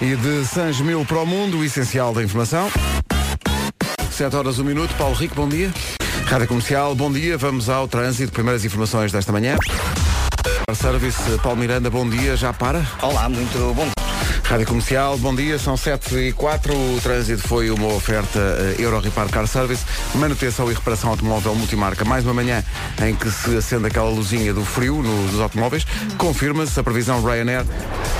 E de Sanjemil para o Mundo, o essencial da informação. 7 horas, 1 minuto. Paulo Rico, bom dia. Rádio Comercial, bom dia. Vamos ao trânsito. Primeiras informações desta manhã. Service, Paulo Miranda, bom dia. Já para? Olá, muito bom dia. Rádio Comercial, bom dia, são 7 e 4 O trânsito foi uma oferta eh, Euro Repar Car Service Manutenção e reparação automóvel multimarca Mais uma manhã em que se acende aquela luzinha do frio no- nos automóveis Confirma-se, a previsão Ryanair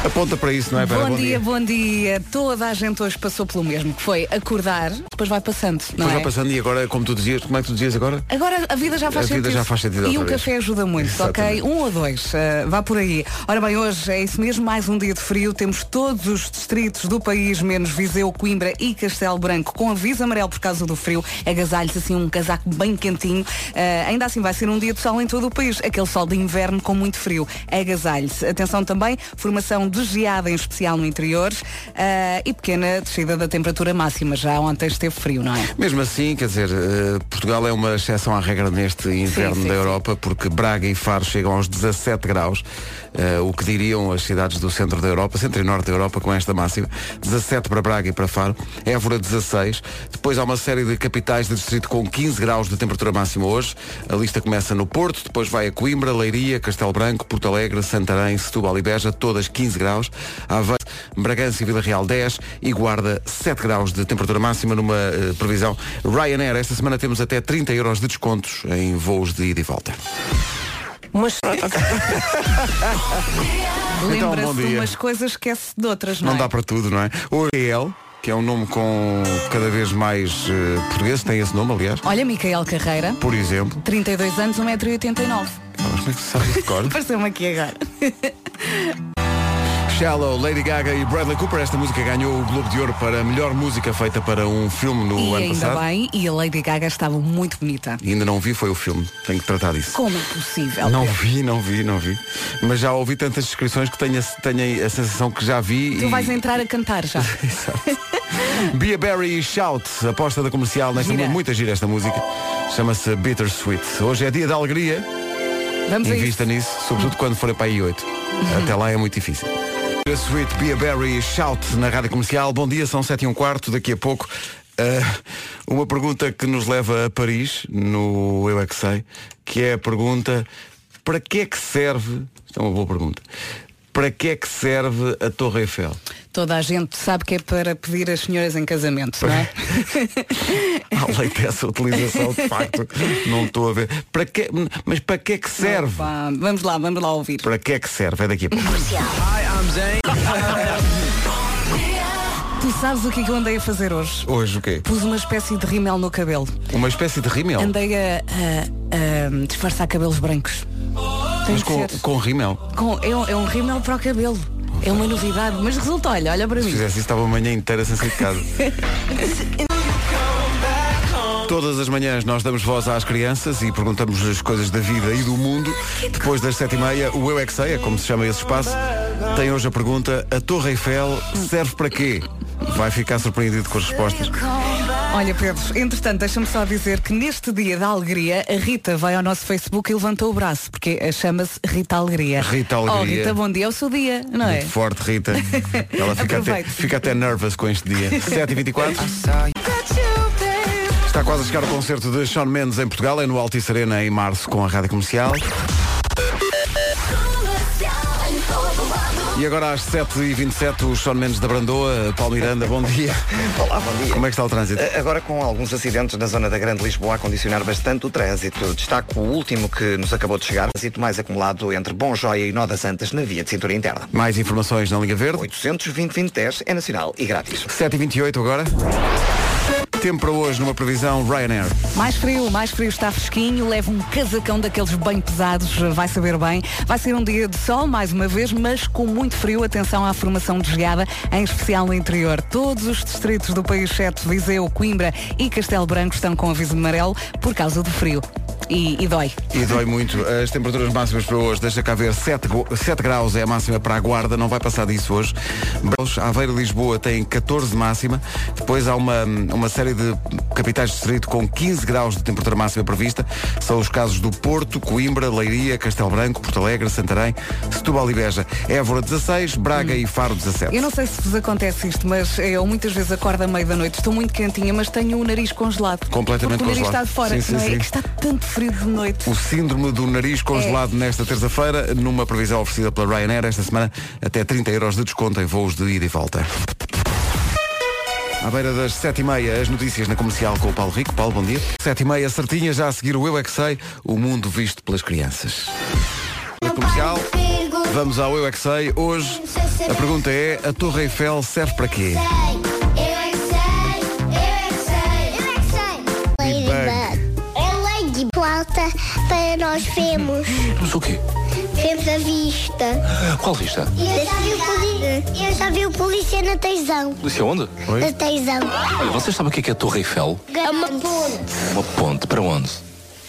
Aponta para isso, não é? Vera? Bom, dia, bom dia. Toda a gente hoje passou pelo mesmo, que foi acordar, depois vai passando, não Depois é? vai passando e agora, como tu dizias, como é que tu dizias agora? Agora a vida já faz A vida sentido. já faz sentido E outra um vez. café ajuda muito, Exatamente. ok? Um ou dois, ah, vá por aí. Ora bem, hoje é isso mesmo, mais um dia de frio. Temos todos os distritos do país, menos Viseu, Coimbra e Castelo Branco, com aviso amarelo por causa do frio. Agasalhos assim, um casaco bem quentinho. Ah, ainda assim vai ser um dia de sol em todo o país. Aquele sol de inverno com muito frio. Agasalhos. Atenção também, formação de geada em especial no interior ah, e pequena descida da temperatura máxima. Já ontem esteve frio, não é? Mesmo assim, quer dizer, eh, Portugal é uma exceção à regra neste inverno sim, da sim. Europa, porque Braga e Faro chegam aos 17 graus, eh, o que diriam as cidades do centro da Europa, centro e norte da Europa, com esta máxima. 17 para Braga e para Faro, Évora 16. Depois há uma série de capitais de distrito com 15 graus de temperatura máxima hoje. A lista começa no Porto, depois vai a Coimbra, Leiria, Castelo Branco, Porto Alegre, Santarém, Setúbal e Beja, todas 15 graus. Aveiro, Bragança e Vila Real 10 e Guarda 7 graus de temperatura máxima numa eh, previsão Ryanair. Esta semana temos até 30 euros de descontos em voos de ida e volta. Mas... Ah, Então, Lembra-se bom de dia. umas coisas, esquece de outras, não, Não é? dá para tudo, não é? O Ariel, que é um nome com cada vez mais eh, português, tem esse nome, aliás, Olha, Micael Carreira, por exemplo. 32 anos, 1,89m. Ah, Mas como é que se sabe de cor? Apareceu-me aqui agora. Shallow, Lady Gaga e Bradley Cooper. Esta música ganhou o Globo de Ouro para a melhor música feita para um filme no e ano ainda passado. bem, e a Lady Gaga estava muito bonita. E ainda não vi, foi o filme. Tenho que tratar disso. Como é possível? Não vi, não vi, não vi. Mas já ouvi tantas descrições que tenho a, tenho a sensação que já vi. Tu e- vais entrar a cantar já. Exato. Bia Berry e Shout, aposta da comercial nesta Gira. música. Muito gira esta música. Chama-se Bittersweet. Hoje é dia da alegria. Vamos a isso. Invista nisso, sobretudo quando forem para a I8. Até lá é muito difícil. Bittersweet, Bia Berry e Shout na rádio comercial. Bom dia, são 7 e um quarto. Daqui a pouco. ah, uma pergunta que nos leva a Paris, no Eu é que sei, que é a pergunta para que é que serve, isto é uma boa pergunta, para que é que serve a Torre Eiffel? Toda a gente sabe que é para pedir as senhoras em casamento, não é? Além dessa utilização, de facto, não estou a ver. Para que, mas para que é que serve? Opa, vamos lá, vamos lá ouvir. Para que é que serve? É daqui a pouco. Tu sabes o que é que eu andei a fazer hoje? Hoje o quê? Pus uma espécie de rímel no cabelo. Uma espécie de rímel. Andei a, a- a disfarçar cabelos brancos. Tem Mas de com, ser. com rímel. Com- é, um, é um rímel para o cabelo. É uma novidade, mas resulta, olha, olha para Se mim. fizesse isso, estava a manhã inteira sem sair de casa. Todas as manhãs nós damos voz às crianças e perguntamos as coisas da vida e do mundo. Depois das sete e meia, o Eu é que Sei, é como se chama esse espaço, tem hoje a pergunta, a Torre Eiffel serve para quê? Vai ficar surpreendido com as respostas. Olha, Pedro, entretanto, deixa-me só dizer que neste dia da alegria, a Rita vai ao nosso Facebook e levantou o braço, porque eh, chama-se Rita Alegria. Rita Alegria. Oh, Rita, bom dia, é o seu dia, não é? Muito forte, Rita. Ela fica até, Aproveite. fica até nervous com este dia. 7h24. Está quase a chegar o concerto de Sean Mendes em Portugal, é no Altice Arena em março com a Rádio Comercial. E agora às 7h27, o Sean Mendes da Brandoa, Paulo Miranda, bom dia. Olá, bom dia. Como é que está o trânsito? A- Agora com alguns acidentes na zona da Grande Lisboa a condicionar bastante o trânsito. Destaco o último que nos acabou de chegar, trânsito mais acumulado entre Bom Joia e Nó das Antas na via de cintura interna. Mais informações na Linha Verde. 820-2010 é nacional e grátis. 7h28 agora. Tempo para hoje numa previsão Ryanair. Mais frio, mais frio, está fresquinho, leva um casacão daqueles bem pesados, vai saber bem. Vai ser um dia de sol, mais uma vez, mas com muito frio, atenção à formação de geada, em especial no interior. Todos os distritos do país, exceto Viseu, Coimbra e Castelo Branco, estão com aviso amarelo por causa do frio. e, e dói. E dói muito. As temperaturas máximas para hoje, deixa cá ver, 7, go- 7 graus é a máxima para a Guarda, não vai passar disso hoje. Braus, Aveiro e Lisboa tem 14 de máxima, depois há uma, uma série de capitais de distrito com 15 graus de temperatura máxima prevista. São os casos do Porto, Coimbra, Leiria, Castelo Branco, Porto Alegre, Santarém, Setúbal e Beja. Évora 16, Braga e Faro 17. Hum. Eu não sei se vos acontece isto, mas eu muitas vezes acordo à meia da noite, estou muito quentinha, mas tenho o nariz congelado. Completamente Porque o nariz congelado. está de fora, Sim, sim, não é? sim. Que está tanto frio de noite. O síndrome do nariz congelado É. nesta terça-feira, numa previsão oferecida pela Ryanair esta semana, até 30 euros de desconto em voos de ida e volta. À beira das 7h30, as notícias na comercial com o Paulo Rico. Paulo, bom dia. 7h30 certinha, já a seguir o Eu É Que Sei, o mundo visto pelas crianças. Na comercial, vamos ao Eu É Que Sei. Hoje, a pergunta é, a Torre Eiffel serve para quê? Ladybug. Alta para nós vermos. Mas o quê? Ah, Vemos a vista. Qual vista? Eu já vi o, poli... Eu já vi o polícia na Teisão. Polícia é onde? Na Teisão. Olha, vocês sabem o que é, que é a Torre Eiffel? É uma ponte. Uma ponte para onde?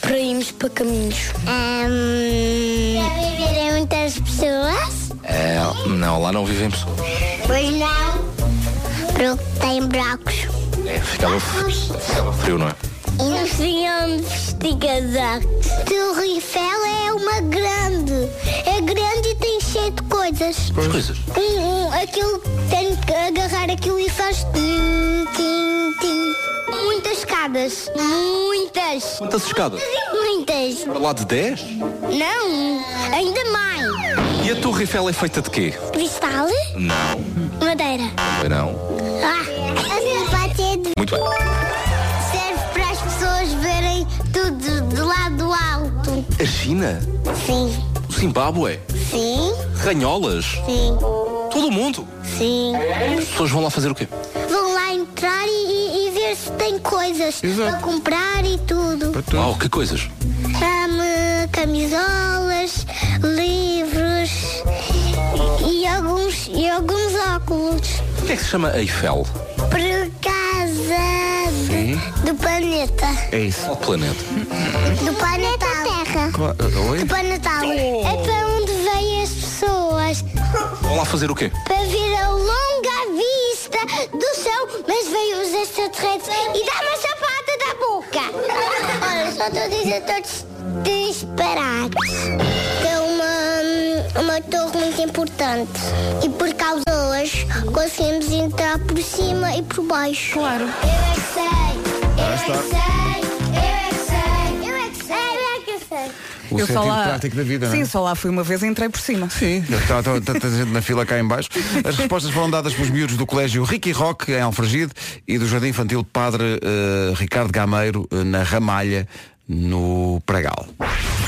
Para irmos para caminhos. Para viverem muitas pessoas? É, não, lá não vivem pessoas. Pois não. Porque tem buracos. É, ficava, ficava frio, não é? E nós vinham investigador. Torre Eiffel é uma grande. É grande e tem cheio de coisas. As coisas. Um, um, aquilo tem que agarrar aquilo e faz tim, tim, tim. Muitas escadas. Muitas. Quantas escadas? Muitas. Para lá de 10? Não, ainda mais. E a Torre Eiffel é feita de quê? Cristal? Não. Madeira. Também não. Ah, assim batendo. Muito bem. Serve para as pessoas verem tudo do lado alto. A China? Sim, O Zimbábue? sim, Ranholas? sim. Todo o mundo? Sim. As pessoas vão lá fazer o quê? Vão lá entrar e, e- e ver se tem coisas Exato. para comprar e tudo. Uau, que coisas. Hum, camisolas, livros e alguns, e alguns óculos. O que é que se chama Eiffel? Por causa de- do planeta. É isso. Qual planeta? Do planeta Terra. Do planeta É para onde vêm as pessoas. Vão lá fazer o quê? para ver a longa vista do céu, mas veio os extraterrestres e dá uma chapada da boca. Olha, só estou a dizer todos disparates. É uma, hum, uma torre muito importante e por causa hoje conseguimos entrar por cima e por baixo. Claro. Eu é que sei, eu é que sei, eu é que sei, eu é que sei. O eu sentido só lá... prático da vida, Sim, não é? só lá fui uma vez e entrei por cima. Sim, está está- está tá, tanta gente na fila cá em baixo. As respostas foram dadas pelos miúdos do Colégio Ricky Rock, em Alfragide, e do Jardim Infantil Padre eh, Ricardo Gameiro, eh, na Ramalha, no Pregal.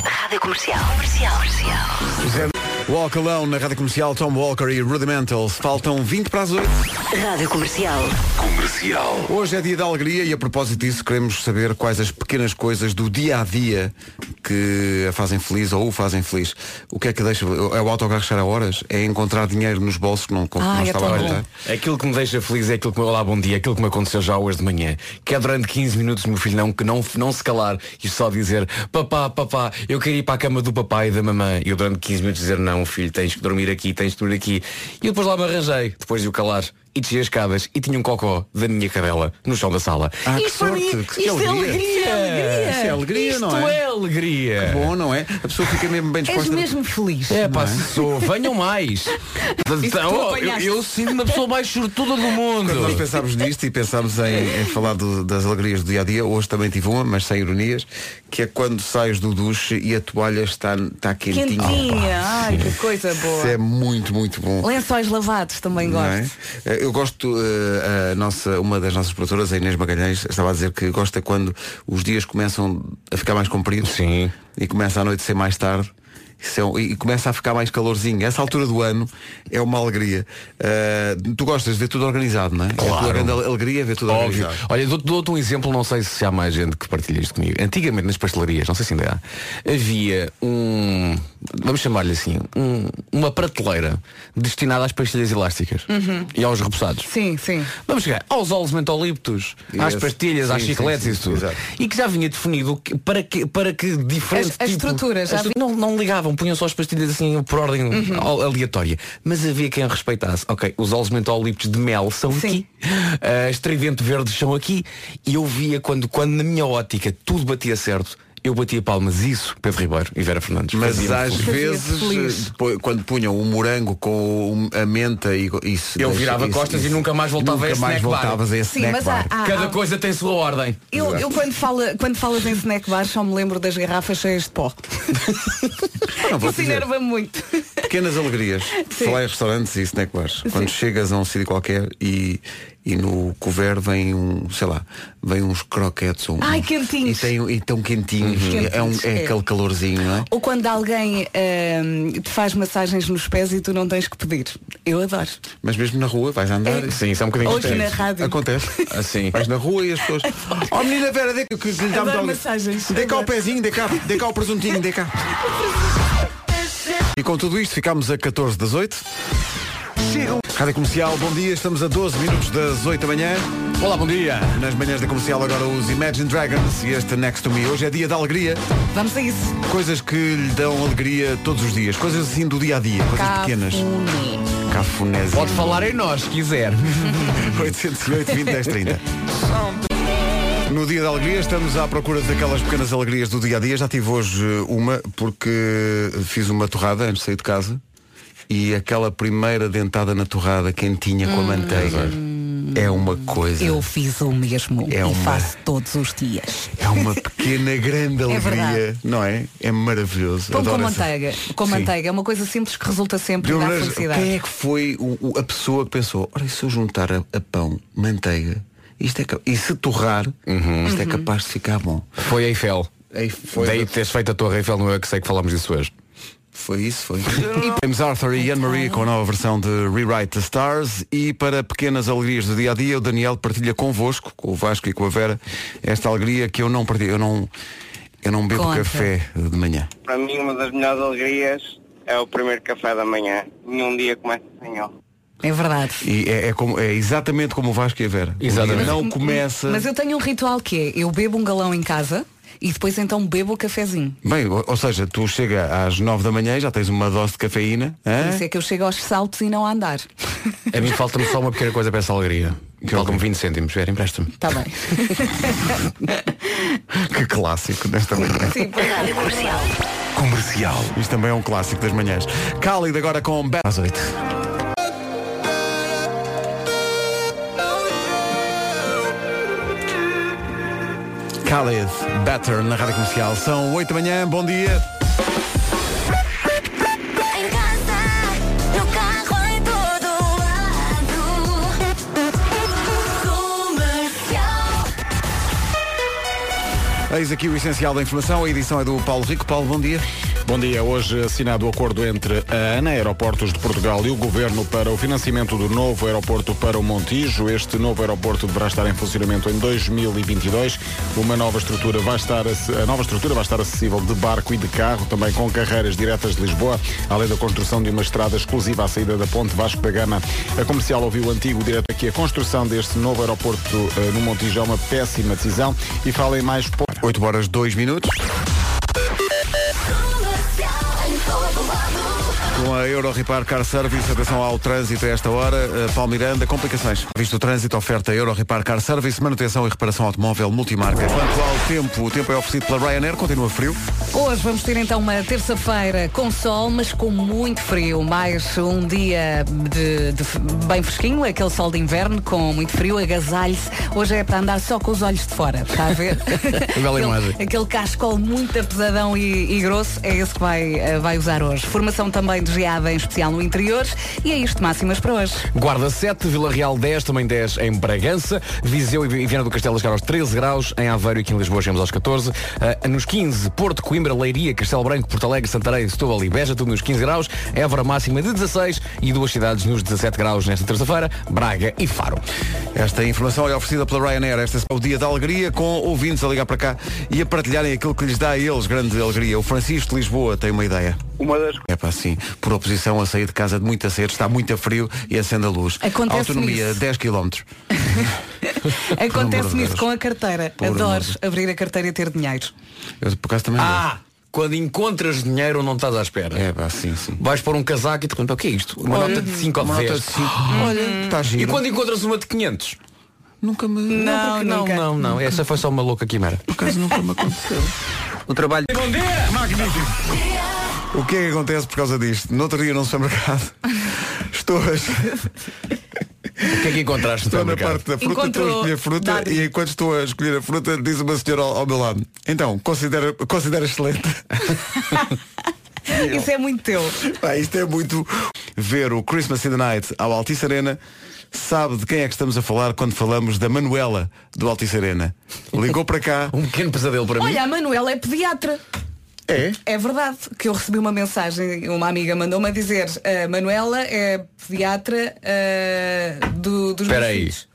Rádio Comercial. Comercial. Comercial. Walk Alone, na Rádio Comercial, Tom Walker e Rudimentals. Faltam 20 para as 8. Rádio Comercial. Hoje é dia da alegria e a propósito disso queremos saber quais as pequenas coisas do dia a dia que a fazem feliz ou o fazem feliz. O que é que deixa? É o autocarro chegar a horas? É encontrar dinheiro nos bolsos que não, que Ah, não é estava tão a bom. contar? Aquilo que me deixa feliz é aquilo que me olá bom dia, aquilo que me aconteceu já hoje de manhã, que é durante 15 minutos o meu filho não, que não, não se calar e só dizer papá, papá, eu quero ir para a cama do papai e da mamãe. E eu durante 15 minutos dizer não, filho, tens que dormir aqui, tens que dormir aqui. E eu depois lá me arranjei, depois de o calar. E desci as escadas e tinha um cocó da minha cadela no chão da sala. Ah, que isto para mim, sorte, que- que isto é alegria. alegria. Isto Isso é alegria, isto não é? é alegria. Bom, não é? A pessoa fica mesmo bem És disposta. mesmo feliz. É pá, se sou, venham mais. tu Oh, eu, apanhaste. eu sinto-me a pessoa mais sortuda do Quando nós mundo. pensámos nisto e pensámos em, em falar do- das alegrias do dia a dia, hoje também tive uma, mas sem ironias, que é quando sais do duche e a toalha está, está quentinha. Quentinha, Ah, pá, ai sim. que coisa Isso é boa. muito, muito bom. Lençóis lavados também Não é? gosto. Eh, Eu gosto, eh, a nossa, uma das nossas produtoras, a Inês Magalhães, estava a dizer que gosta quando os dias começam a ficar mais compridos Sim. e começa a noite a ser mais tarde Isso é um- e e começa a ficar mais calorzinho. Essa altura do ano é uma alegria. Ah, tu gostas de ver tudo organizado, não é? É a tua Claro. grande ale- alegria ver tudo Óbvio. organizado. Olha, dou- dou-te um exemplo, não sei se há mais gente que partilha isto comigo. Antigamente nas pastelarias, não sei se ainda há, havia um, vamos chamar-lhe assim, um- uma prateleira destinada às pastilhas elásticas e aos repousados. Sim, sim. Vamos chegar aos óleos mentolíptos, às Esse. pastilhas, às Sim, chicletes sim, e sim, isso tudo. exato. E que já vinha definido que- para que, para que diferente As- as tipo- estruturas, já as vi- Uhum. não, não ligavam, punham só as pastilhas assim por ordem al- aleatória. Mas havia quem respeitasse. Ok, os óleos mentolípticos de mel são Sim. aqui, ah, as tridente verdes são aqui. E eu via quando, quando na minha ótica tudo batia certo, eu batia palmas. Isso, Pedro Ribeiro e Vera Fernandes. Mas fazia-me às feliz. Fazia-te vezes, feliz. eh, depois, quando punham o morango com o- a menta e co- isso. Eu deixa- virava isso- costas e isso- nunca mais voltava a nunca esse mais snack bar. voltavas a esse Sim, snack mas há- bar. há- Cada há- coisa tem sua ordem. Eu, eu quando, fala, quando falas em snack bar só me lembro das garrafas cheias de pó. Não, Ah, vou Isso dizer. enerva muito. Pequenas alegrias. Sim. Falar em restaurantes e snack bars. Quando chegas a um sítio qualquer e, e no couvert vem um, sei lá, vem uns croquetes. Um, Ai, quentinhos. E, tem, e tão quentinhos. É, um- Quentinhos, é é. aquele calorzinho, não é? Ou quando alguém ahm, te faz massagens nos pés e tu não tens que pedir. Eu adoro. Mas mesmo na rua vais andar. Ah, É. e- Sim, isso é um bocadinho Hoje estranho. na rádio. Acontece. Assim. Vais na rua e as pessoas. Oh menina Vera, dê, que, que lhe dá Adoro muito- massagens. Dê cá o Adoro. pezinho, dê cá, dê cá o presuntinho, dê cá. E com tudo isto ficamos a 14 das 8. um- Rádio Comercial, bom dia, estamos a 12 minutos das 8 da manhã. Olá, bom dia. Nas manhãs da comercial agora os Imagine Dragons e este Next to Me. Hoje é dia da alegria, Vamos a isso. coisas que lhe dão alegria todos os dias, coisas assim do dia a dia, coisas pequenas. Cafuné. Cafunésia. Pode falar em nós, se quiser. 808 20 10 30. No dia da alegria estamos à procura daquelas pequenas alegrias do dia a dia. Já tive hoje eh, uma porque fiz uma torrada antes de sair de casa e aquela primeira dentada na torrada quentinha com a manteiga é uma coisa. Hum. Eu fiz o mesmo É e uma- faço todos os dias. É uma pequena grande alegria, É verdade. não é? É maravilhoso. Pão com Adoro essa- manteiga. Com Sim. manteiga. É uma coisa simples que resulta sempre De e dá maneiras- felicidade. Quem é que foi o- o- a pessoa que pensou, olha, se eu juntar a, a pão, manteiga, isto é cap- e se torrar, isto é Uhum. capaz de ficar bom. Foi a Eiffel. Aí foi, Daí teres feito a tua Eiffel, não é que sei que falámos disso hoje. foi isso, foi. James Arthur e Anne-Marie com a nova versão de Rewrite the Stars e para pequenas alegrias do dia a dia, o Daniel partilha convosco, com o Vasco e com a Vera, esta alegria que eu não partilho, eu não, eu não bebo Conta. café de manhã. Para mim, uma das melhores alegrias é o primeiro café da manhã. Nenhum dia começa sem ele. É verdade. E é, é como- é exatamente como o Vasco e a Vera. Exatamente. Não começa. Mas eu tenho um ritual que é, eu bebo um galão em casa e depois então bebo o cafezinho. Bem, ou ou seja, tu chega às 9 da manhã e já tens uma dose de cafeína. Por hã? isso é que eu chego aos saltos e não a andar. É A mim falta-me só uma pequena coisa para essa alegria. Que faltam 20 cêntimos, Vera, empresta-me. Está Tá bem. Que clássico desta manhã. Sim, por acaso. Rádio Comercial. Comercial. Isto também é um clássico das manhãs. Cálido agora com Be- às 8. Khalid, Better na Rádio Comercial. São 8 da manhã, bom dia. Em casa, no carro, em todo lado. Eis aqui o essencial da informação. A edição é do Paulo Rico. Paulo, bom dia. Bom dia. Hoje assinado o acordo entre a ANA, Aeroportos de Portugal, e o Governo para o financiamento do novo aeroporto para o Montijo. Este novo aeroporto deverá estar em funcionamento em 2022. Uma nova estrutura vai estar, ac- a nova estrutura vai estar acessível de barco e de carro, também com carreiras diretas de Lisboa, além da construção de uma estrada exclusiva à saída da Ponte Vasco da Gama. A comercial ouviu o antigo direto aqui. A construção deste novo aeroporto eh, no Montijo é uma péssima decisão e fala em mais... po- 8 horas 2 minutos. Com a Euro Repar Car Service, atenção ao trânsito a esta hora. Uh, Paulo Miranda, complicações. Visto o trânsito, oferta Euro Repar Car Service, manutenção e reparação automóvel multimarca. Quanto ao tempo, o tempo é oferecido pela Ryanair, continua frio. Hoje vamos ter então uma terça-feira com sol, mas com muito frio. Mais um dia de, de f- bem fresquinho, aquele sol de inverno com muito frio, agasalhe-se. Hoje é para andar só com os olhos de fora, está a ver? Bela aquele, imagem. Aquele cascol muito pesadão e, e grosso é esse que vai, eh, vai usar hoje. Formação também de geada, em especial no interior. E é isto, máximas para hoje. Guarda 7, Vila Real 10, também 10 em Bragança, Viseu e Vi- e Viana do Castelo chegaram aos 13 graus, em Aveiro e aqui em Lisboa chegamos aos 14, Ah, nos 15, Porto, Coimbra, Leiria, Castelo Branco, Porto Alegre, Santarém, Setúbal e Beja, tudo nos 15 graus, Évora máxima de 16 e duas cidades nos 17 graus nesta terça-feira, Braga e Faro. Esta informação é oferecida pela Ryanair. Este é o dia da alegria, com ouvintes a ligar para cá e a partilharem aquilo que lhes dá a eles grande alegria. O Francisco de Lisboa tem uma ideia. Uma das É para assim, por oposição a sair de casa de muito a cedo, está muito a frio e acende a luz. Acontece-me Autonomia, isso. 10 km. amor de Acontece-me isso Deus. com a carteira. Por amor de Adoro Deus. abrir a carteira e ter dinheiro. Eu por acaso também Ah, quando encontras dinheiro onde não estás à espera. gosto. É pá, sim, sim. Vais pôr um casaco e te perguntam, o que é isto? Uma nota de 5 ou Uma de nota 10. de cinco. Olha, está E giro. quando encontras uma de 500? Nunca me. Não, não, nunca. não, não. Essa foi só uma louca quimera. Por acaso nunca me aconteceu. O trabalho O que é que acontece por causa disto? No outro dia num supermercado. Estou a... O que é que encontraste? Estou na Ricardo? parte da fruta, Encontrou estou a escolher a fruta dar-lhe. e enquanto estou a escolher a fruta diz uma senhora ao, ao meu lado. Então, considera, considera excelente. Isso é muito teu. Pá, isto é muito ver o Christmas in the Night ao Altice Arena. Sabe de quem é que estamos a falar quando falamos da Manuela do Altice Arena? Ligou para cá. Um pequeno pesadelo para mim. Olha, a Manuela é pediatra. É? É verdade que eu recebi uma mensagem, uma amiga mandou-me a dizer, "A Manuela é pediatra ah, do, dos Espera meus aí. filhos."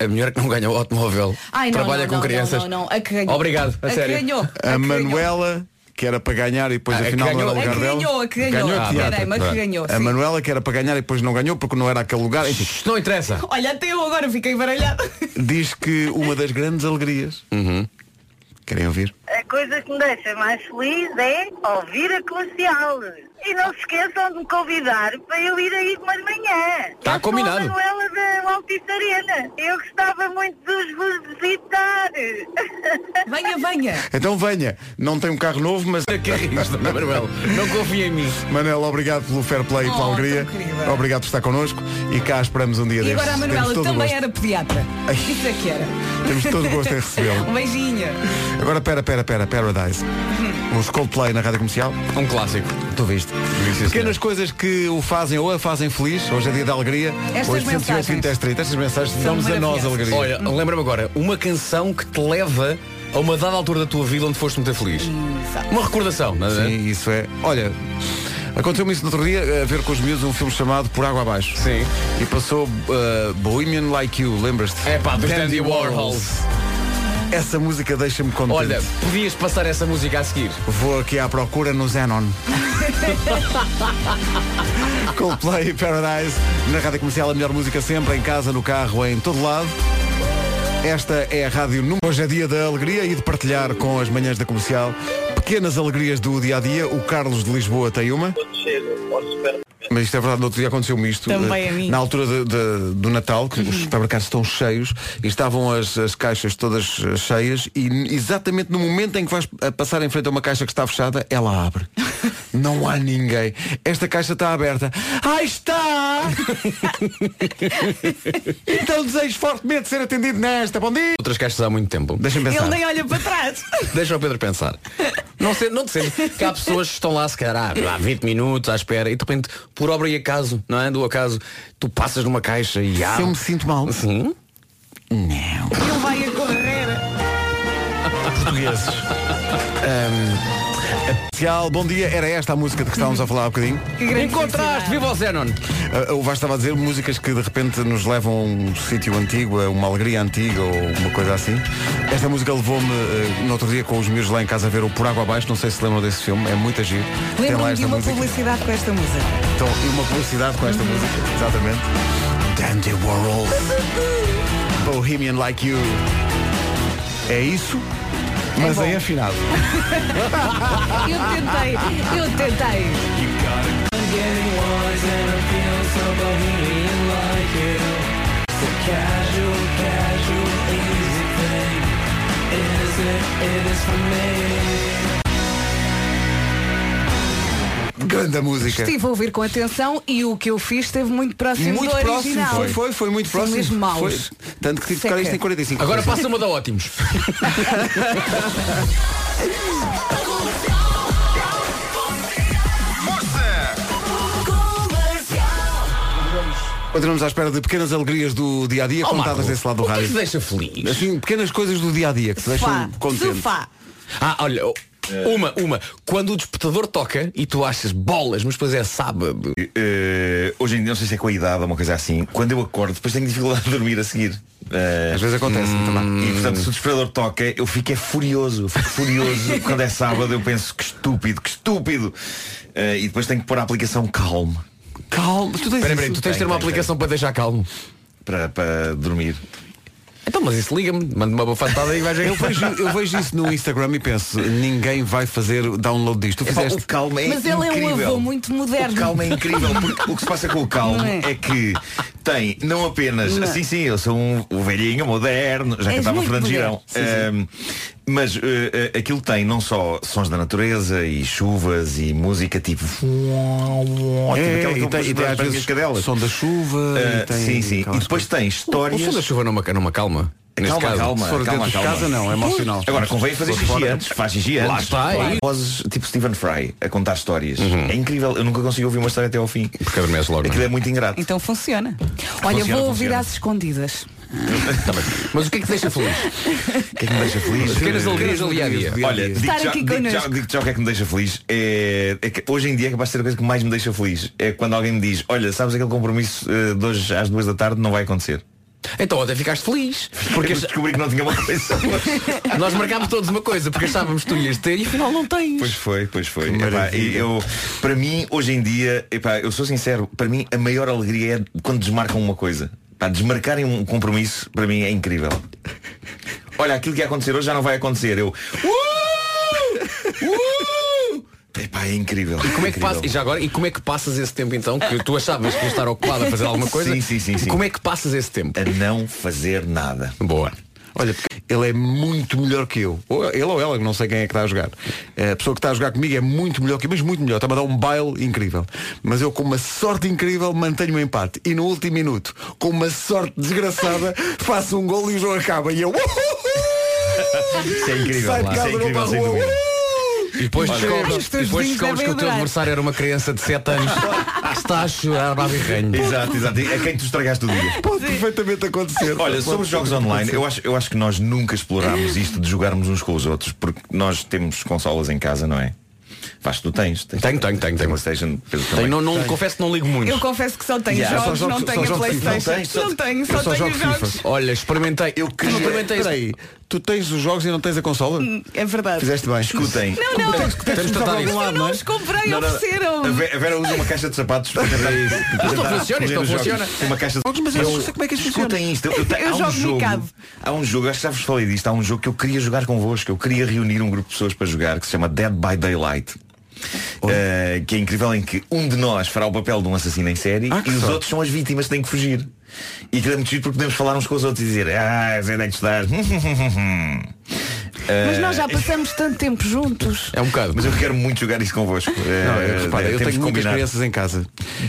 A mulher que não ganha o automóvel Ai, não, trabalha não, com não, crianças. Não, não, não. A que ganhou. Obrigado, a, que sério. ganhou. A É que Manuela, que era para ganhar e depois Ah, a que afinal não era o ganhou. ganhou. A lugar dela. que ganhou, a que ganhou. Ganhou a teatro. Peraí, mas que ganhou. A sim. Manuela que era para ganhar e depois não ganhou porque não era aquele lugar. Enfim, Isto não interessa. Olha, até eu agora fiquei baralhada. diz que uma das grandes alegrias. Querem ouvir? A coisa que me deixa mais feliz é ouvir a comercial. E não se esqueçam de me convidar para eu ir aí de uma de manhã. Tá Eu combinado. Sou a Manuela da Altice Arena. Eu gostava muito de os vos visitar. Venha, venha. Então venha, não tem um carro novo, mas. Que é isto, Ana Manuel? Não confia em mim. Manela, obrigado pelo fair play e pela Oh, alegria. tão querida. Obrigado por estar connosco e cá esperamos um dia E destes. agora a Manuela Temos todo o também gosto. era pediatra. Isso é que era. Temos todo o gosto em recebê-lo. Um beijinho. Agora, pera, pera, pera, Paradise. Hum. Os Coldplay na rádio comercial. Um clássico. Tu viste. sim, Pequenas coisas que o fazem ou a fazem feliz. Hoje é dia da alegria. é Estas 808 20 mensagens. 10 30. Estas mensagens São dão-nos a nós maravilhosas. alegria. Olha, lembra-me agora, uma canção que te leva a uma dada altura da tua vida onde foste muito feliz. Uma recordação, não é? Sim, isso é. Olha, aconteceu-me isso no outro dia, a ver com os miúdos um filme chamado Por Água Abaixo. Sim. E passou uh, Bohemian Like You, lembras-te? É pá, dos Dandy Warhols. Warhols. Essa música deixa-me contente. Olha, podias passar essa música a seguir. Vou aqui à procura no Zenon. Coldplay Paradise, na rádio comercial, a melhor música sempre, em casa, no carro, em todo lado. Esta é a Rádio Número. Hoje é dia da alegria e de partilhar com as manhãs da comercial pequenas alegrias do dia a dia. O Carlos de Lisboa tem uma. Mas isto é verdade, no outro dia aconteceu-me isto. Também Eh, a mim. Uhum. Na altura de- de- do Natal, que os supermercados estão cheios e estavam as, as caixas todas eh, cheias e n- exatamente no momento em que vais a passar em frente a uma caixa que está fechada, ela abre. Não há ninguém. Esta caixa está aberta. Ai está! então desejo fortemente ser atendido nesta. Bom dia! Outras caixas há muito tempo. Deixa-me pensar. Ele nem olha para trás. Deixa o Pedro pensar. Não sei, não te sentes que há pessoas que estão lá se calhar há 20 minutos à espera e de repente, por obra e acaso, não é? Do acaso, tu passas numa caixa e há. Se eu me sinto mal. Sim. Ele vai a correr. portugueses. Especial, bom dia, era esta a música de que estávamos a falar há bocadinho. Que grande Encontraste, felicidade. viva o Zenon! Ah, o Vasco estava a dizer músicas que de repente nos levam a um sítio antigo, a uma alegria antiga ou uma coisa assim. Esta música levou-me ah, no outro dia com os meus lá em casa a ver o Por Água Abaixo, não sei se lembram desse filme, é muito agir. Tem lá Lembro-me de esta uma música. publicidade com esta música. Então, e uma publicidade com esta música, exatamente. Dandy Warhol. Bohemian Like You. É isso, mas bom. é afinado. Eu tentei, eu tentei. Grande música. Estive a ouvir com atenção e o que eu fiz esteve muito próximo Muito do próximo, original. foi, foi, foi muito São próximo. mesmo maus. Foi. Tanto que tive que tocar Seca. isto em 45. Agora passa uma da ótimos. Continuamos à espera de pequenas alegrias do dia a dia Oh, contadas Marco, desse lado do o que é que rádio. te deixa feliz? Assim, pequenas coisas do dia a dia que te deixam contente. Ah, olha, oh, É. uma, uma. Quando o despertador toca e tu achas bolas, mas depois é sábado. Eh, hoje em dia, não sei se é com a idade ou uma coisa assim, quando eu acordo, depois tenho dificuldade de dormir a seguir. Às vezes acontece também. E portanto, se o despertador toca, eu fico é furioso. Eu fico furioso quando é sábado, eu penso que estúpido, que estúpido. Eh, e depois tenho que pôr a aplicação calmo. Calma, tu tens, Peraí, peraí, isso? tu tens de ter Tenho, uma tenho, aplicação para deixar calmo. Para, para dormir. Então, mas isso liga-me, manda uma bafatada e vais ver. Eu vejo, eu vejo isso no Instagram e penso, ninguém vai fazer download disto. Tu Epá, fizeste. o calmo é Mas ele é um incrível. avô muito moderno. O calmo é incrível, porque o que se passa com o calmo Não é? é? que tem não apenas, Não. sim, sim, eu sou um, um velhinho moderno, já És cantava muito Fernando moderno. Girão. Ahm, mas eh, eh, aquilo tem não só sons da natureza e chuvas e música tipo. É, tipo aquela que e eu tem, pus e tem às para- para as minhas vezes cadelas. som da chuva. e Ah, tem sim, sim. E aquelas depois tem O histórias. som da chuva não me, não me acalma. Neste Calma, caso. calma, Se for calma, dentro de calma. casa, não, é emocional. Agora, convém fazer Se for xixi fora- antes, faz xixi antes. Lá está, é isso. Vozes tipo Stephen Fry a contar histórias. Uhum. É incrível, eu nunca consigo ouvir uma história até ao fim. Porque adormece logo. não Aquilo é? é muito ingrato. Então funciona. Olha, Funciona, vou ouvir funciona. às escondidas. Mas o que é que te deixa feliz? O que é que me deixa feliz? Pequenas alegrias do dia a dia. Olha, digo Estar já, aqui digo connosco. já, digo já o que é que me deixa feliz. É, é que hoje em dia é capaz de ser a coisa que mais me deixa feliz. É quando alguém me diz, olha, sabes aquele compromisso eh, de hoje às duas da tarde não vai acontecer. Então ontem ficaste feliz. Porque Porque eu descobri que não tinha uma coisa. nós marcámos todos uma coisa, porque achávamos que tu ias ter e afinal não tens. Pois foi, pois foi. Epá, e eu, para mim, hoje em dia, epá, eu sou sincero, para mim a maior alegria é quando desmarcam uma coisa. Pá, desmarcarem um compromisso, para mim é incrível. Olha, aquilo que ia acontecer hoje já não vai acontecer. Eu. Uh! Uh! Epá, é incrível. Como é que passa, e já agora, e como é que passas esse tempo então? Que tu achavas que ias estar ocupado a fazer alguma coisa? Sim, sim, sim, sim. Como é que passas esse tempo? A não fazer nada. Boa. Olha, porque ele é muito melhor que eu. Ou ele ou ela, que não sei quem é que está a jogar. É, A pessoa que está a jogar comigo é muito melhor que eu, mas muito melhor. Está-me a dar um baile incrível. Mas eu, com uma sorte incrível, mantenho o empate. E no último minuto, com uma sorte desgraçada, faço um gol e o jogo acaba. E eu. Isso é incrível. Sai de Isso casa, vou para é incrível, a sem rua. dúvida. E depois Olha, descobres, os teus depois descobres vizinhos que o devem teu adorar. adversário era uma criança de 7 anos que está a chorar barrirranho. Exato, exato. É quem tu estragaste o dia. Pode perfeitamente acontecer. Olha, sobre os jogos online, eu acho, eu acho que nós nunca explorámos isto de jogarmos uns com os outros, porque nós temos consolas em casa, não é? Faz tu tens, tens. Tenho, tenho, tenho, tenho. PlayStation, Pedro Tenho- também. não, não, confesso que não ligo muito. Eu confesso que só tenho Yeah. jogos, Só não jogo- só tenho a jogo FIFA. Playstation. Não tens, só- Não tenho, eu só só tenho jogo jogos. FIFA. Olha, experimentei. Eu Tu não queria- experimentei isso. Peraí, tu tens os jogos e não tens a consola? É verdade. Fizeste bem. Escutem. Não, não, Temos de tratar isso. um eu é? não os comprei, Não, não, a ofereceram-me. Ve- a Vera usa uma caixa de sapatos para tentar isso. Isto não funciona, isto não funciona. Uma caixa de Jogos, mas eu não sei como é que isto funciona. Escutem isto. Eu, eu, Eu há um jogo jogo, micado. Há um jogo, acho que já vos falei disto, há um jogo que eu queria jogar convosco. Eu queria reunir um grupo de pessoas para jogar que se chama Dead by Daylight. Eh, que é incrível em que um de nós fará o papel de um assassino em série Ah, que e os sorte. outros são as vítimas que têm que fugir. E aquilo é muito giro porque podemos falar uns com os outros e dizer Ah, Zé, onde é que estás? Mas nós já passamos tanto tempo juntos. É um bocado. Mas eu quero muito jogar isso convosco. Eh, Não, eu, repara, eh, eu tenho temos que muitas combinar. crianças em casa.